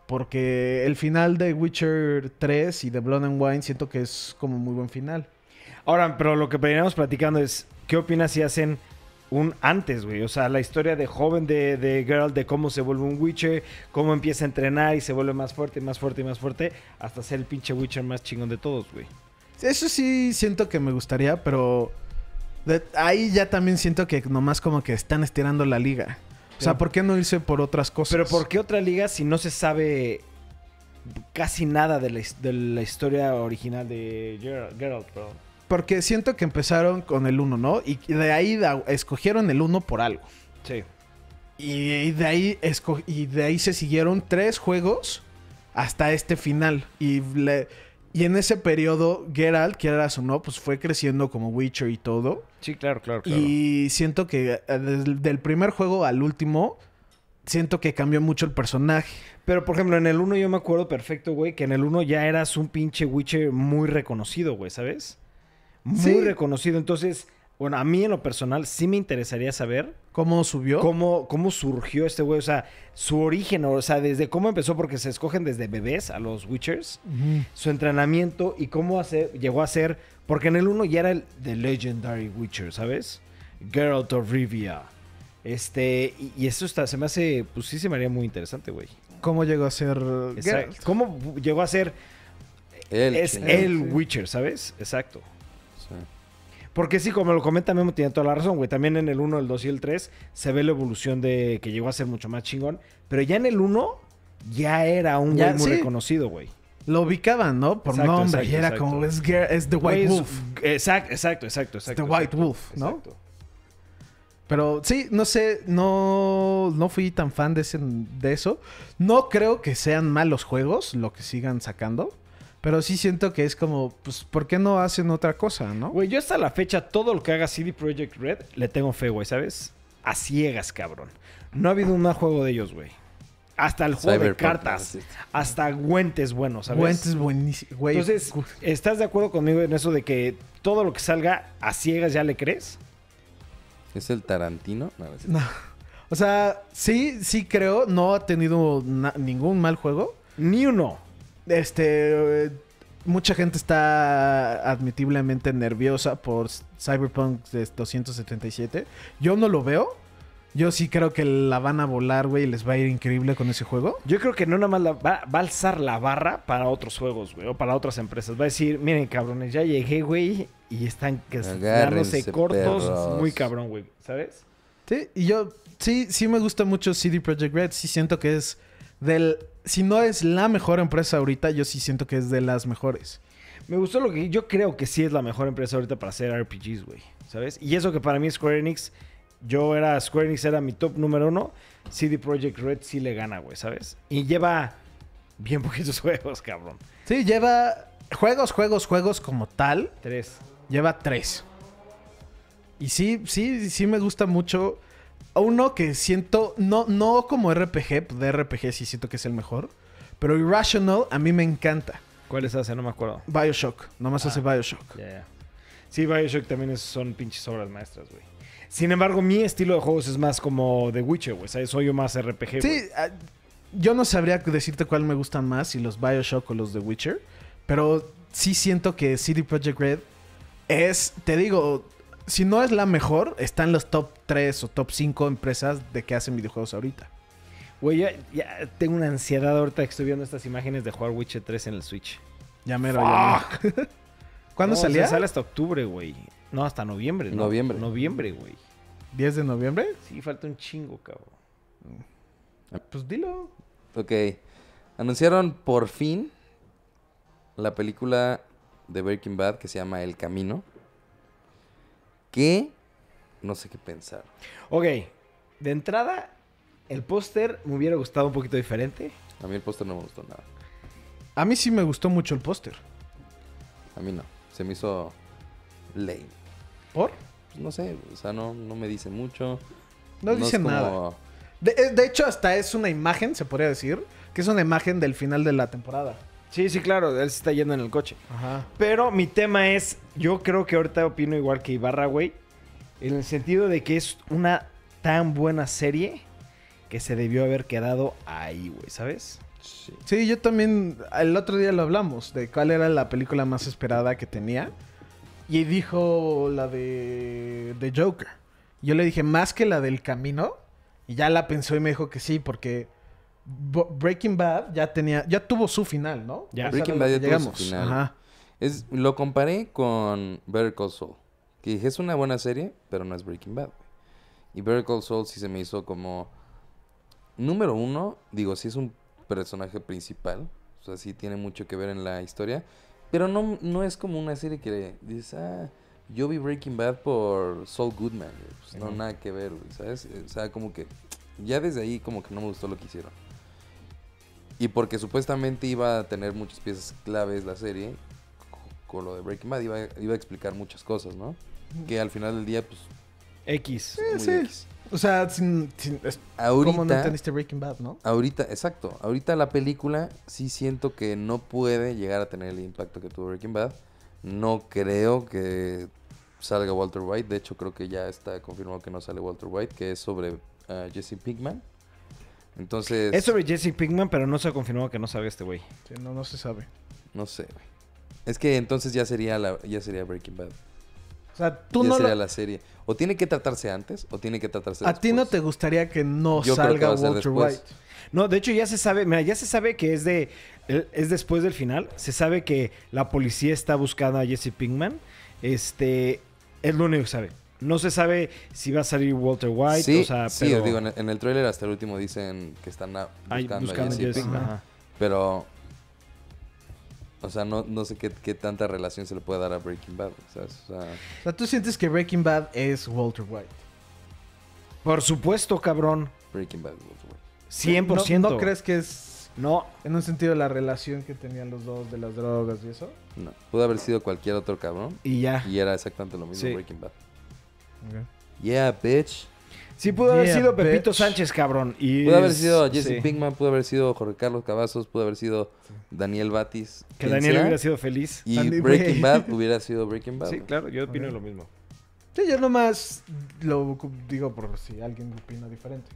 Speaker 3: Porque el final de Witcher 3 y de Blood and Wine siento que es como muy buen final.
Speaker 1: Ahora, pero lo que veníamos platicando es, ¿qué opinas si hacen un antes, güey? O sea, la historia de joven de, de Girl, de cómo se vuelve un Witcher, cómo empieza a entrenar y se vuelve más fuerte, y más fuerte, y más fuerte, hasta ser el pinche Witcher más chingón de todos, güey.
Speaker 3: Eso sí siento que me gustaría, pero de- ahí ya también siento que nomás como que están estirando la liga. O sea,
Speaker 1: Sí.
Speaker 3: ¿por qué no irse por otras cosas?
Speaker 1: Pero ¿por qué otra liga si no se sabe casi nada de la, his- de la historia original de Geralt, Geralt, perdón?
Speaker 3: Porque siento que empezaron con el 1, ¿no? Y y de ahí da- escogieron el 1 por algo.
Speaker 1: Sí.
Speaker 3: Y de ahí, esco- y de ahí se siguieron tres juegos hasta este final. Y, le- y en ese periodo, Geralt, quieras o no, pues fue creciendo como Witcher y todo.
Speaker 1: Sí, claro, claro,
Speaker 3: Y siento que eh, del, del primer juego al último, siento que cambió mucho el personaje.
Speaker 1: Pero, por ejemplo, en el 1 yo me acuerdo perfecto, güey, que en el 1 ya eras un pinche Witcher muy reconocido, güey, ¿sabes? Muy
Speaker 3: Sí.
Speaker 1: reconocido. Entonces, bueno, a mí en lo personal sí me interesaría saber
Speaker 3: ¿Cómo subió?
Speaker 1: cómo, cómo surgió este güey, o sea, su origen, o sea, desde cómo empezó, porque se escogen desde bebés a los Witchers,
Speaker 3: Ujú.
Speaker 1: su entrenamiento y cómo hace- llegó a ser, porque en el 1 ya era el The Legendary Witcher, ¿sabes? Geralt of Rivia. Este, y, y eso está, se me hace, pues sí se me haría muy interesante, güey.
Speaker 3: ¿Cómo llegó a ser
Speaker 1: Exacto.
Speaker 3: Geralt?
Speaker 1: ¿Cómo llegó a ser?
Speaker 2: Él,
Speaker 1: es
Speaker 2: chingado.
Speaker 1: el
Speaker 3: Sí.
Speaker 1: Witcher, ¿sabes? Exacto.
Speaker 2: Sí.
Speaker 1: Porque sí, como lo comenta Memo, tiene toda la razón, güey. También en el 1, el 2 y el 3 se ve la evolución de que llegó a ser mucho más chingón. Pero ya en el 1 ya era un
Speaker 3: Ya,
Speaker 1: güey muy
Speaker 3: sí.
Speaker 1: reconocido, güey.
Speaker 3: Lo ubicaban, ¿no? Por
Speaker 1: Exacto,
Speaker 3: nombre.
Speaker 1: exacto,
Speaker 3: y era
Speaker 1: exacto.
Speaker 3: como, es, Ger- es The White
Speaker 1: Güey, es-
Speaker 3: Wolf.
Speaker 1: Exacto, exacto, exacto.
Speaker 3: Es
Speaker 1: exacto
Speaker 3: The White
Speaker 1: exacto,
Speaker 3: Wolf, ¿no?
Speaker 1: exacto.
Speaker 3: Pero sí, no sé, no, no fui tan fan de, ese- de eso. No creo que sean malos juegos lo que sigan sacando. Pero sí siento que es como, pues, ¿por qué no hacen otra cosa, no?
Speaker 1: Güey, yo hasta la fecha todo lo que haga CD Projekt Red le tengo fe, güey, ¿sabes? A ciegas, cabrón. No ha habido un mal juego de ellos, güey. Hasta el juego de
Speaker 2: Cyberpunk,
Speaker 1: cartas.
Speaker 2: no es cierto.
Speaker 1: Hasta Güentes bueno, ¿sabes?
Speaker 3: Güentes buenísimo. Güey,
Speaker 1: Entonces,
Speaker 3: gu-
Speaker 1: ¿estás de acuerdo conmigo en eso de que todo lo que salga a ciegas ya le crees?
Speaker 2: ¿Es el Tarantino? No, no es cierto.
Speaker 3: No. O sea, sí, sí creo. No ha tenido na- ningún mal juego.
Speaker 1: Ni uno.
Speaker 3: Este. eh, Mucha gente está admitiblemente nerviosa por s- Cyberpunk de 277. Yo no lo veo. Yo sí creo que la van a volar, güey, y les va a ir increíble con ese juego.
Speaker 1: Yo creo que no nada más la- va, va a alzar la barra para otros juegos, güey, o para otras empresas. Va a decir, miren, cabrones, ya llegué, güey, y están que-
Speaker 2: Agárrense,
Speaker 1: quedándose cortos.
Speaker 2: perros.
Speaker 1: Muy cabrón, güey, ¿sabes?
Speaker 3: Sí, y yo sí, sí me gusta mucho CD Projekt Red. Sí siento que es del... Si no es la mejor empresa ahorita, yo sí siento que es de las mejores.
Speaker 1: Me gustó lo que yo creo que sí es la mejor empresa ahorita para hacer RPGs, güey. ¿Sabes? Y eso que para mí Square Enix, yo era Square Enix, era mi top número uno. CD Projekt Red sí le gana, güey, ¿sabes? Y lleva bien *laughs* poquitos juegos, cabrón.
Speaker 3: Sí, lleva juegos, juegos, juegos como tal.
Speaker 1: Tres.
Speaker 3: Lleva tres. Y sí, sí, sí me gusta mucho. Uno que siento, no, no como RPG, pues de RPG sí siento que es el mejor. Pero Irrational a mí me encanta.
Speaker 1: ¿Cuáles hace? No me acuerdo.
Speaker 3: Bioshock, nomás
Speaker 1: Ah.
Speaker 3: hace Bioshock.
Speaker 1: Ya, ya. Sí, Bioshock también es- son pinches obras maestras, güey. Sin embargo, mi estilo de juegos es más como The Witcher, güey. ¿sabes? Soy yo más RPG, güey.
Speaker 3: Sí, ah, yo no sabría decirte cuál me gustan más, si los Bioshock o los The Witcher. Pero sí siento que CD Projekt Red es, te digo, si no es la mejor, está en los top 3 o top 5 empresas de que hacen videojuegos ahorita.
Speaker 1: Güey, ya, ya tengo una ansiedad ahorita que estoy viendo estas imágenes de jugar Witcher 3 en el Switch.
Speaker 3: Ya mero, ya mero. *laughs* ¿Cuándo
Speaker 1: No,
Speaker 3: salía?
Speaker 1: se sale hasta octubre, güey. No, hasta noviembre, ¿no?
Speaker 2: Noviembre.
Speaker 1: Noviembre, güey.
Speaker 3: ¿10 de noviembre?
Speaker 1: Sí, falta un chingo, cabrón.
Speaker 3: Pues dilo.
Speaker 2: Ok. Anunciaron por fin la película de Breaking Bad que se llama El Camino. Que no sé qué pensar.
Speaker 1: Ok, de entrada, el póster me hubiera gustado un poquito diferente.
Speaker 2: A mí el póster no me gustó nada.
Speaker 3: A mí sí me gustó mucho el póster.
Speaker 2: A mí no. Se me hizo lame.
Speaker 3: ¿Por?
Speaker 2: Pues no sé, o sea, no, no me dice mucho.
Speaker 3: No
Speaker 2: es
Speaker 3: dice nada.
Speaker 2: como-
Speaker 3: De, eh, de hecho, hasta es una imagen, se podría decir, que es una imagen del final de la temporada.
Speaker 1: Sí, sí, claro, él se está yendo en el coche.
Speaker 3: Ajá.
Speaker 1: Pero mi tema es, yo creo que ahorita opino igual que Ibarra, güey. En el sentido de que es una tan buena serie que se debió haber quedado ahí, güey, ¿sabes?
Speaker 2: Sí.
Speaker 3: Sí, yo también, el otro día lo hablamos, de cuál era la película más esperada que tenía. Y dijo la de, de Joker. Yo le dije, más que la del camino. Y ya la pensó y me dijo que sí, porque Bo- Breaking Bad ya tenía, ya tuvo su final, ¿no?
Speaker 1: Ya.
Speaker 3: Esa
Speaker 2: Breaking
Speaker 3: era la
Speaker 2: Bad ya
Speaker 3: que
Speaker 2: tuvo su final.
Speaker 3: Ajá.
Speaker 2: Es, lo comparé con Better Call Saul. Que dije, es una buena serie, pero no es Breaking Bad. güey. Y Better Call Saul sí se me hizo como... Número uno, digo, sí es un personaje principal. O sea, sí tiene mucho que ver en la historia. Pero no, no es como una serie que dices, ah, yo vi Breaking Bad por Saul Goodman. güey. Pues no,
Speaker 1: Ujú.
Speaker 2: nada que ver, güey, ¿sabes? O sea, como que... Ya desde ahí como que no me gustó lo que hicieron. Y porque supuestamente iba a tener muchas piezas claves la serie, co- con lo de Breaking Bad iba, iba a explicar muchas cosas, ¿no? Que al final del día, pues,
Speaker 1: X.
Speaker 2: muy
Speaker 3: sí.
Speaker 2: X.
Speaker 3: O sea, sin, sin- es- ¿cómo no
Speaker 2: Ahorita,
Speaker 3: entendiste Breaking Bad, no?
Speaker 2: ahorita, exacto, ahorita la película sí siento que no puede llegar a tener el impacto que tuvo Breaking Bad. No creo que salga Walter White, de hecho creo que ya está confirmado que no sale Walter White, que es sobre ah, Jesse Pinkman. Entonces,
Speaker 1: Es sobre Jesse Pinkman, pero no se ha confirmado que no sabe este güey.
Speaker 3: Sí, no, no se sabe.
Speaker 2: no sé, güey. Es que entonces ya sería, la, ya sería Breaking Bad.
Speaker 3: O sea, tú
Speaker 2: ya
Speaker 3: no
Speaker 2: sería
Speaker 3: lo-
Speaker 2: la serie. O tiene que tratarse antes o tiene que tratarse
Speaker 3: A ti no te
Speaker 2: después.
Speaker 3: gustaría que no
Speaker 2: Yo creo que
Speaker 3: salga
Speaker 2: va a ser
Speaker 3: Walter
Speaker 2: después.
Speaker 3: White.
Speaker 1: No, de hecho ya se sabe, mira, ya se sabe que es de eh, es después del final, se sabe que la policía está buscando a Jesse Pinkman. Este es lo único que sabe. No se sabe si va a salir Walter White,
Speaker 2: Sí,
Speaker 1: o sea,
Speaker 2: sí,
Speaker 1: pero-
Speaker 2: yo digo, en el, en el tráiler hasta el último dicen que están a-
Speaker 1: Ay,
Speaker 2: buscando,
Speaker 1: buscando
Speaker 2: a Jesse Pinkman,
Speaker 3: Pinkman.
Speaker 1: ajá.
Speaker 2: Pero, o sea, no, no sé qué, qué tanta relación se le puede dar a Breaking Bad, ¿sabes? O sea,
Speaker 3: O sea, tú sientes que Breaking Bad es Walter White.
Speaker 1: Por supuesto, cabrón.
Speaker 2: Breaking Bad. güey.
Speaker 1: 100%.
Speaker 3: ¿No, no crees que es
Speaker 1: No,
Speaker 3: en un sentido la relación que tenían los dos de las drogas y eso?
Speaker 2: No, pudo haber sido cualquier otro cabrón
Speaker 1: y ya.
Speaker 2: y era exactamente lo mismo
Speaker 1: Sí.
Speaker 2: Breaking Bad. Yeah, bitch.
Speaker 1: Sí pudo haber
Speaker 3: Yeah,
Speaker 1: sido Pepito
Speaker 3: bitch.
Speaker 1: Sánchez, cabrón. Y
Speaker 2: Pudo haber
Speaker 1: es-
Speaker 2: sido Jesse
Speaker 1: sí.
Speaker 2: Pinkman, pudo haber sido Jorge Carlos Cavazos, pudo haber sido Daniel Batis.
Speaker 1: Que
Speaker 2: quien
Speaker 1: Daniel
Speaker 2: sea,
Speaker 1: hubiera sido feliz.
Speaker 2: Y
Speaker 3: Andy, güey.
Speaker 2: Breaking Bad hubiera sido Breaking Bad.
Speaker 1: Sí,
Speaker 2: güey.
Speaker 1: claro, yo opino
Speaker 3: Ok.
Speaker 1: lo mismo.
Speaker 3: Sí, yo nomás lo digo por si alguien opina diferente.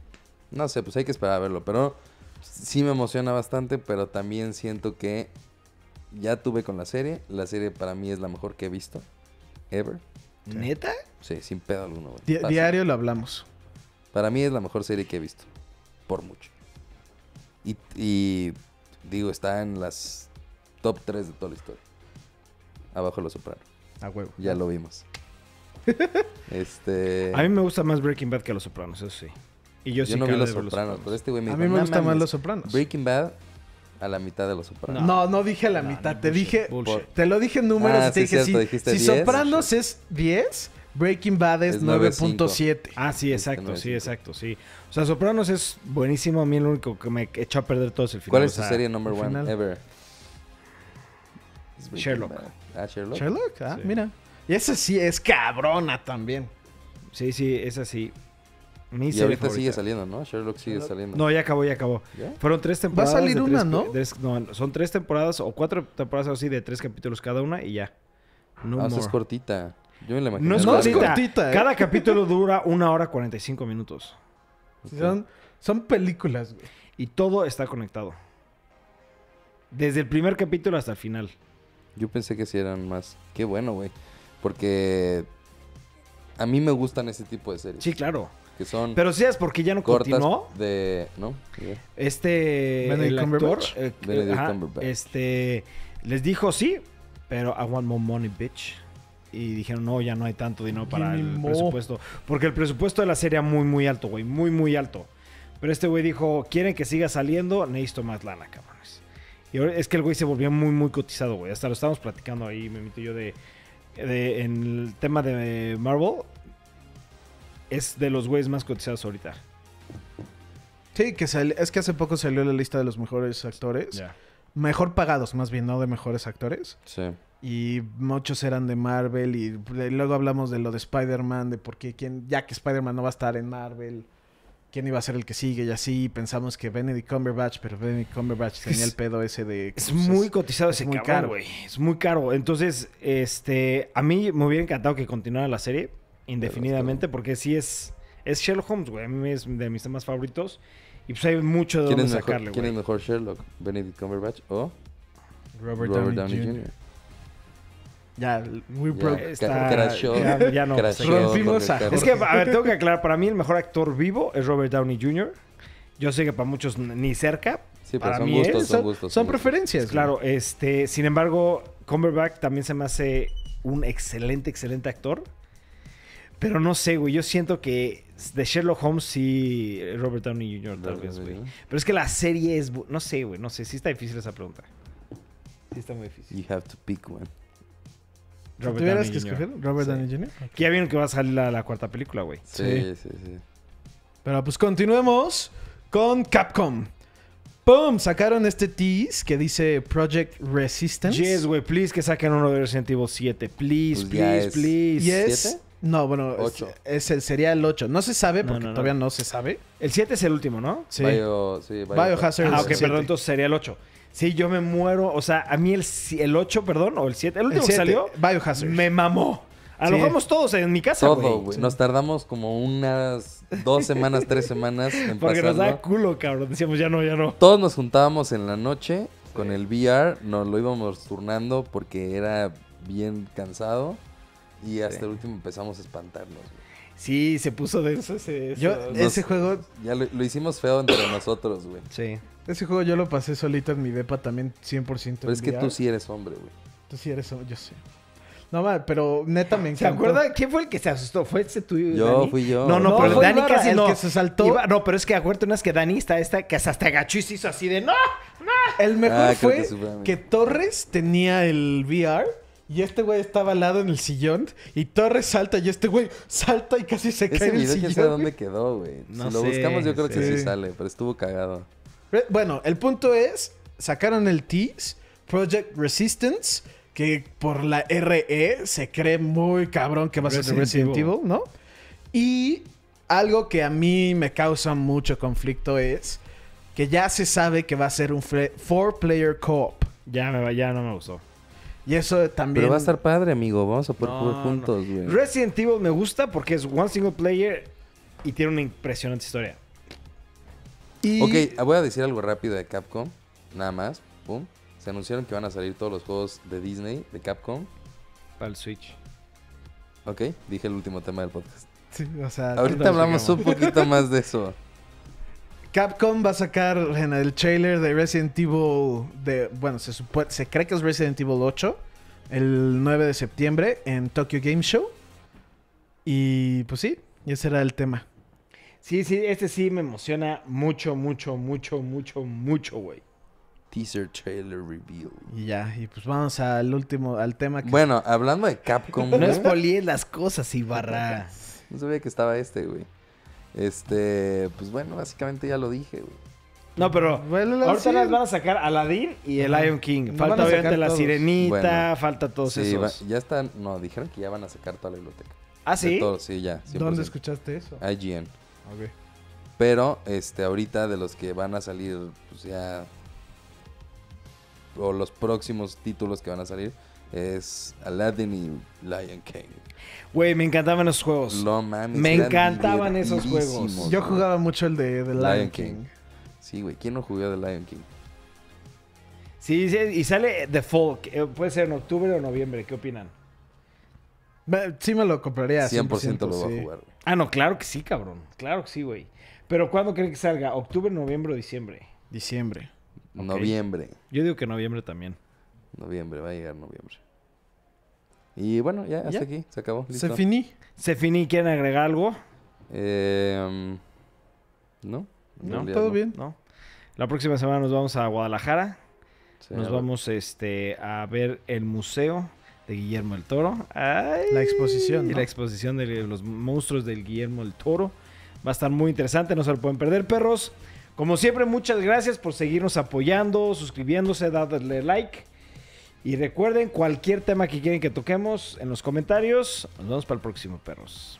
Speaker 2: No sé, pues hay que esperar a verlo, pero sí me emociona bastante, pero también siento que ya tuve con la serie. La serie para mí es la mejor que he visto. Ever.
Speaker 1: ¿Neta?
Speaker 2: Sí, sin pedo alguno. güey.
Speaker 3: Di-
Speaker 2: Fácil.
Speaker 3: diario lo hablamos.
Speaker 2: Para mí es la mejor serie que he visto. Por mucho. Y, y digo, está en las top 3 de toda la historia. Abajo de Los Soprano.
Speaker 3: A huevo. *laughs*
Speaker 2: Ya lo vimos. Este.
Speaker 1: A mí me gusta más Breaking Bad que Los Sopranos, eso sí. Y yo,
Speaker 2: yo
Speaker 1: sí
Speaker 2: no vi
Speaker 1: acabé
Speaker 2: Los
Speaker 1: de ver
Speaker 2: Sopranos, pero este güey me
Speaker 3: A
Speaker 2: dijo,
Speaker 3: mí me
Speaker 2: "No
Speaker 3: gustan más
Speaker 2: mames,
Speaker 3: Los Sopranos.
Speaker 2: Breaking Bad a la mitad de Los Sopranos.
Speaker 3: No, no dije a la mitad.
Speaker 1: no,
Speaker 3: te
Speaker 1: bullshit,
Speaker 3: dije.
Speaker 1: bullshit.
Speaker 3: Te lo dije en números
Speaker 2: Ah,
Speaker 3: y te
Speaker 2: sí,
Speaker 3: dije
Speaker 2: cierto,
Speaker 3: si,
Speaker 2: dijiste
Speaker 3: si
Speaker 2: 10.
Speaker 3: Sopranos es 10, Breaking Bad es,
Speaker 2: Es
Speaker 3: 9.7.
Speaker 1: Ah, sí, exacto, sí,
Speaker 2: 95.
Speaker 1: exacto, sí. O sea, Sopranos es buenísimo. A mí lo único que me echó a perder todo es el final.
Speaker 2: ¿Cuál
Speaker 1: o
Speaker 2: es tu
Speaker 1: sea,
Speaker 2: serie number
Speaker 3: al
Speaker 2: one
Speaker 3: final.
Speaker 2: ever? Es Breaking
Speaker 1: Sherlock.
Speaker 2: Bad. Ah, Sherlock.
Speaker 3: Sherlock, ah,
Speaker 1: Sí.
Speaker 3: mira. Y esa sí es cabrona también.
Speaker 1: Sí, sí, es así. Mi
Speaker 2: Y
Speaker 1: serie
Speaker 2: ahorita
Speaker 1: favorita.
Speaker 2: sigue saliendo, ¿no? Sherlock sigue saliendo.
Speaker 1: No, ya acabó, ya acabó.
Speaker 2: ¿Ya?
Speaker 1: Fueron tres temporadas.
Speaker 3: salir
Speaker 1: de tres
Speaker 3: una,
Speaker 1: pe-
Speaker 3: ¿no?
Speaker 1: tres- no, son tres temporadas o cuatro temporadas así de tres capítulos cada una y ya. No,
Speaker 2: Ah, o sea, es
Speaker 1: more.
Speaker 2: cortita. Yo me la imaginé.
Speaker 1: no es
Speaker 3: No
Speaker 2: larga.
Speaker 3: es
Speaker 1: cortita.
Speaker 3: cortita, ¿eh?
Speaker 1: Cada capítulo dura una hora 45 minutos.
Speaker 3: Son, son películas, güey.
Speaker 1: Y todo está conectado. Desde el primer capítulo hasta el final.
Speaker 2: Yo pensé que sí eran más. Qué bueno, güey. Porque a mí me gustan ese tipo de series.
Speaker 1: Sí, claro.
Speaker 2: Que son
Speaker 1: Pero sí es porque ya no
Speaker 2: cortas
Speaker 1: continuó.
Speaker 2: de... ¿No?
Speaker 1: Este.
Speaker 3: Benedict
Speaker 1: el actor,
Speaker 3: Cumberbatch.
Speaker 1: eh,
Speaker 2: Benedict
Speaker 1: ajá,
Speaker 2: Cumberbatch.
Speaker 1: Este. Les dijo sí, pero I want more money, bitch. Y dijeron, no, ya no hay tanto dinero para
Speaker 3: Give me
Speaker 1: el
Speaker 3: more.
Speaker 1: presupuesto. Porque el presupuesto de la serie era muy, muy alto, güey. Muy, muy alto. Pero este güey dijo, quieren que siga saliendo, necesito más lana, cabrones. Y ahora- es que el güey se volvió muy, muy cotizado, güey. Hasta lo estábamos platicando ahí, me metí yo de, de- En el tema de Marvel, es de los güeyes más cotizados ahorita.
Speaker 3: Sí, que sal- es que hace poco salió la lista de los mejores actores. Mejor pagados, más bien, no de mejores actores.
Speaker 2: Sí.
Speaker 3: Y muchos eran de Marvel. Y de- luego hablamos de lo de Spider-Man, de por qué, quién, ya que Spider-Man no va a estar en Marvel, quién iba a ser el que sigue y así. y Pensamos que Benedict Cumberbatch, pero Benedict Cumberbatch tenía el pedo ese de.
Speaker 1: Es
Speaker 3: pues,
Speaker 1: muy
Speaker 3: es-
Speaker 1: cotizado
Speaker 3: es
Speaker 1: ese
Speaker 3: muy
Speaker 1: cabrón,
Speaker 3: caro.
Speaker 1: güey. Es muy caro. Entonces, este, a mí me hubiera encantado que continuara la serie indefinidamente porque sí es es Sherlock Holmes, güey. A mí es de mis temas favoritos y pues hay mucho de
Speaker 2: ¿Quién,
Speaker 1: dónde
Speaker 2: es mejor,
Speaker 1: sacarle,
Speaker 2: ¿Quién es
Speaker 1: güey.
Speaker 2: mejor Sherlock? ¿Benedict Cumberbatch o
Speaker 3: Robert,
Speaker 2: Robert,
Speaker 3: Downey, Jr. Ya, we
Speaker 2: Ya.
Speaker 3: broke.
Speaker 2: Ca-
Speaker 1: Está-
Speaker 2: crashó.
Speaker 1: ya- ya no.
Speaker 2: crashó
Speaker 3: Rompimos
Speaker 2: con el
Speaker 3: a-
Speaker 2: carro.
Speaker 1: Es que a ver, tengo que aclarar, para mí el mejor actor vivo es Robert Downey Jr. Yo sé que para muchos n- ni cerca.
Speaker 2: Sí, pero
Speaker 1: para
Speaker 2: son
Speaker 1: mí
Speaker 2: gustos,
Speaker 1: es-
Speaker 2: son gustos.
Speaker 3: Son
Speaker 2: gustos.
Speaker 3: preferencias. güey.
Speaker 1: Pues Claro, este, sin embargo, Cumberbatch también se me hace un excelente, excelente actor. Pero no sé, güey, yo siento que de Sherlock Holmes sí Robert Downey Jr. tal
Speaker 2: Robert
Speaker 1: vez,
Speaker 2: Downey
Speaker 1: güey.
Speaker 2: Jr..
Speaker 1: Pero es que la serie es, bu- no sé, güey, no sé, sí está difícil esa pregunta. Sí está muy difícil.
Speaker 2: You have to pick one.
Speaker 3: Si
Speaker 1: Robert
Speaker 3: ¿Tuvieras
Speaker 1: Downey
Speaker 3: que
Speaker 1: Jr..
Speaker 3: escoger Robert
Speaker 1: Sí.
Speaker 3: Downey Jr.?
Speaker 1: Que ya vieron que va a salir la, la cuarta película, güey.
Speaker 2: Sí, sí, sí.
Speaker 3: Pero pues continuemos con Capcom. ¡Pum! Sacaron este tease que dice Project Resistance.
Speaker 1: Yes, güey, please que saquen uno de Resident Evil 7. Please,
Speaker 2: Pues ya
Speaker 1: please,
Speaker 2: es-
Speaker 1: please.
Speaker 3: Y es-
Speaker 2: ¿Siete?
Speaker 3: No, bueno, es-
Speaker 2: Ocho.
Speaker 3: Es, el, sería el 8. No se sabe
Speaker 1: No,
Speaker 3: porque
Speaker 1: no, no.
Speaker 3: todavía no se sabe.
Speaker 1: El 7 es el último, ¿no?
Speaker 3: Sí.
Speaker 2: Bio, sí, Bio-
Speaker 3: Biohazard.
Speaker 1: Ah, ok,
Speaker 3: es el siete.
Speaker 1: perdón, entonces sería el 8. Sí, yo me muero. O sea, a mí el, si- el 8, perdón, o el 7, el último
Speaker 3: siete,
Speaker 1: que salió,
Speaker 3: Biohazard.
Speaker 1: me mamó. A
Speaker 3: Sí.
Speaker 1: lo jugamos todos en mi casa,
Speaker 2: Todo, güey.
Speaker 1: güey.
Speaker 2: Nos tardamos como unas dos semanas, tres semanas en
Speaker 1: Porque nos
Speaker 2: pasarlo.
Speaker 1: da culo, cabrón. Decíamos, ya no, ya no.
Speaker 2: Todos nos juntábamos en la noche con el VR, nos lo íbamos turnando porque era bien cansado y hasta el último empezamos a espantarnos. güey.
Speaker 1: Sí, se puso denso ese. ese-
Speaker 3: Yo,
Speaker 2: Nos-
Speaker 3: ese juego,
Speaker 2: Ya lo, lo hicimos feo entre nosotros, güey.
Speaker 1: Sí.
Speaker 3: ese juego yo lo pasé solito en mi depa también 100% en
Speaker 2: Pero es que
Speaker 3: VR.
Speaker 2: tú sí eres hombre, güey.
Speaker 3: Tú sí eres, yo sé. No, mal, pero neta me
Speaker 1: ¿Se
Speaker 3: encantó.
Speaker 1: acuerda quién fue el que se asustó? ¿Fue ese tuyo?
Speaker 2: Yo,
Speaker 1: Dani?
Speaker 2: fui yo.
Speaker 1: No, no,
Speaker 3: No,
Speaker 1: pero
Speaker 3: fue
Speaker 1: Dani
Speaker 3: Ibarra,
Speaker 1: casi
Speaker 3: el
Speaker 1: no.
Speaker 3: que se saltó.
Speaker 1: Iba- no, pero es que acuérdate, una es que Dani está esta que hasta agachó y se hizo así de no.
Speaker 3: El mejor
Speaker 2: Ah, creo
Speaker 3: fue
Speaker 2: que
Speaker 3: que,
Speaker 2: sí fue a mí.
Speaker 3: Torres tenía el VR y este güey estaba al lado en el sillón y Torres salta y este güey salta y casi se cae
Speaker 2: Ese
Speaker 3: en el
Speaker 2: video
Speaker 3: sillón.
Speaker 2: quién sabe
Speaker 3: güey.
Speaker 2: dónde quedó, güey.
Speaker 1: No
Speaker 2: si lo
Speaker 1: sé,
Speaker 2: buscamos yo creo que
Speaker 3: sí.
Speaker 2: sí sale, pero estuvo cagado.
Speaker 3: Re- Bueno, el punto es, sacaron el tease, Project Resistance, que por la RE se cree muy cabrón que va a ser de
Speaker 1: Resident
Speaker 3: Resident Evil, ¿no? Y algo que a mí me causa mucho conflicto es que ya se sabe que va a ser un fle- four-player co-op.
Speaker 1: Ya me va, ya no me gustó.
Speaker 3: Y eso también...
Speaker 2: Pero va a estar padre, amigo. Vamos a poder
Speaker 1: No,
Speaker 2: jugar
Speaker 1: no.
Speaker 2: juntos, güey.
Speaker 1: Resident Evil me gusta porque es one single player y tiene una impresionante historia.
Speaker 3: y-
Speaker 2: Ok, voy a decir algo rápido de Capcom. Nada más. Pum. Se anunciaron que van a salir todos los juegos de Disney, de Capcom.
Speaker 1: Para el Switch.
Speaker 2: Ok, dije el último tema del podcast.
Speaker 3: Sí, o sea,
Speaker 2: Ahorita hablamos un poquito más de eso.
Speaker 3: Capcom va a sacar en el trailer de Resident Evil de bueno, se supue- se cree que es Resident Evil 8 el 9 de septiembre en Tokyo Game Show. Y pues sí, ese era el tema.
Speaker 1: Sí, sí, este sí me emociona mucho, mucho, mucho, mucho, mucho, güey.
Speaker 2: Teaser trailer reveal.
Speaker 3: Y ya, y pues vamos al último, al tema que...
Speaker 2: Bueno, hablando de Capcom,
Speaker 3: no
Speaker 2: güey,
Speaker 3: espolies las cosas,
Speaker 2: *laughs*
Speaker 3: Ibarra.
Speaker 2: no sabía que estaba este, güey. Este, pues bueno, básicamente ya lo dije, güey.
Speaker 1: No, pero
Speaker 3: Bueno, la-
Speaker 1: ahorita
Speaker 3: sí.
Speaker 1: las van a sacar Aladdin y el
Speaker 3: Ajá.
Speaker 1: Lion King.
Speaker 3: No
Speaker 1: Falta
Speaker 3: van a
Speaker 1: obviamente
Speaker 3: sacar
Speaker 1: la
Speaker 3: todos.
Speaker 1: Sirenita,
Speaker 2: Bueno.
Speaker 1: falta todos
Speaker 2: Sí, va-
Speaker 1: esos.
Speaker 2: ya están, no, dijeron que ya van a sacar toda la biblioteca.
Speaker 1: Ah,
Speaker 2: De
Speaker 1: sí.
Speaker 2: todo, sí, ya. 100%.
Speaker 3: ¿Dónde escuchaste eso?
Speaker 2: IGN. Pero, este, ahorita de los que van a salir, pues ya. O los próximos títulos que van a salir es Aladdin y Lion King.
Speaker 1: Güey, me encantaban esos juegos.
Speaker 2: No mames.
Speaker 1: Me
Speaker 2: eran
Speaker 1: encantaban esos juegos.
Speaker 2: divertidísimos,
Speaker 3: Yo
Speaker 2: güey.
Speaker 3: jugaba mucho el de, de Lion,
Speaker 2: Lion
Speaker 3: King.
Speaker 2: King. Sí, güey. ¿Quién no jugó de Lion King?
Speaker 1: Sí, sí, y sale The Fall. que, eh, Puede ser en octubre o noviembre. ¿Qué opinan?
Speaker 3: Me- Sí me lo compraría.
Speaker 2: 100%, lo voy
Speaker 3: sí.
Speaker 2: a jugar, güey.
Speaker 1: Ah, no, claro que sí, cabrón. Claro que sí, güey. Pero ¿cuándo creen que salga? ¿Octubre, noviembre o diciembre?
Speaker 3: Diciembre.
Speaker 1: Ok.
Speaker 2: Noviembre.
Speaker 1: Yo digo que noviembre también.
Speaker 2: Noviembre, va a llegar noviembre. Y bueno, ya, hasta
Speaker 3: Ya.
Speaker 2: aquí. Se acabó. Listo.
Speaker 3: Se finí.
Speaker 1: Sefini, ¿quieren agregar algo?
Speaker 2: Eh, mm, ¿No? en
Speaker 1: No,
Speaker 2: realidad
Speaker 3: todo bien.
Speaker 1: ¿No? La próxima semana nos vamos a Guadalajara.
Speaker 2: Sí,
Speaker 1: Nos
Speaker 2: ahora-
Speaker 1: vamos este, a ver el museo de Guillermo el Toro. Ay.
Speaker 3: La exposición,
Speaker 1: Y
Speaker 3: ¿no?
Speaker 1: la exposición de los monstruos del Guillermo el Toro. Va a estar muy interesante, no se lo pueden perder, perros. Como siempre, muchas gracias por seguirnos apoyando, suscribiéndose, dándole like. Y recuerden, cualquier tema que quieren que toquemos en los comentarios. Nos vemos para el próximo, perros.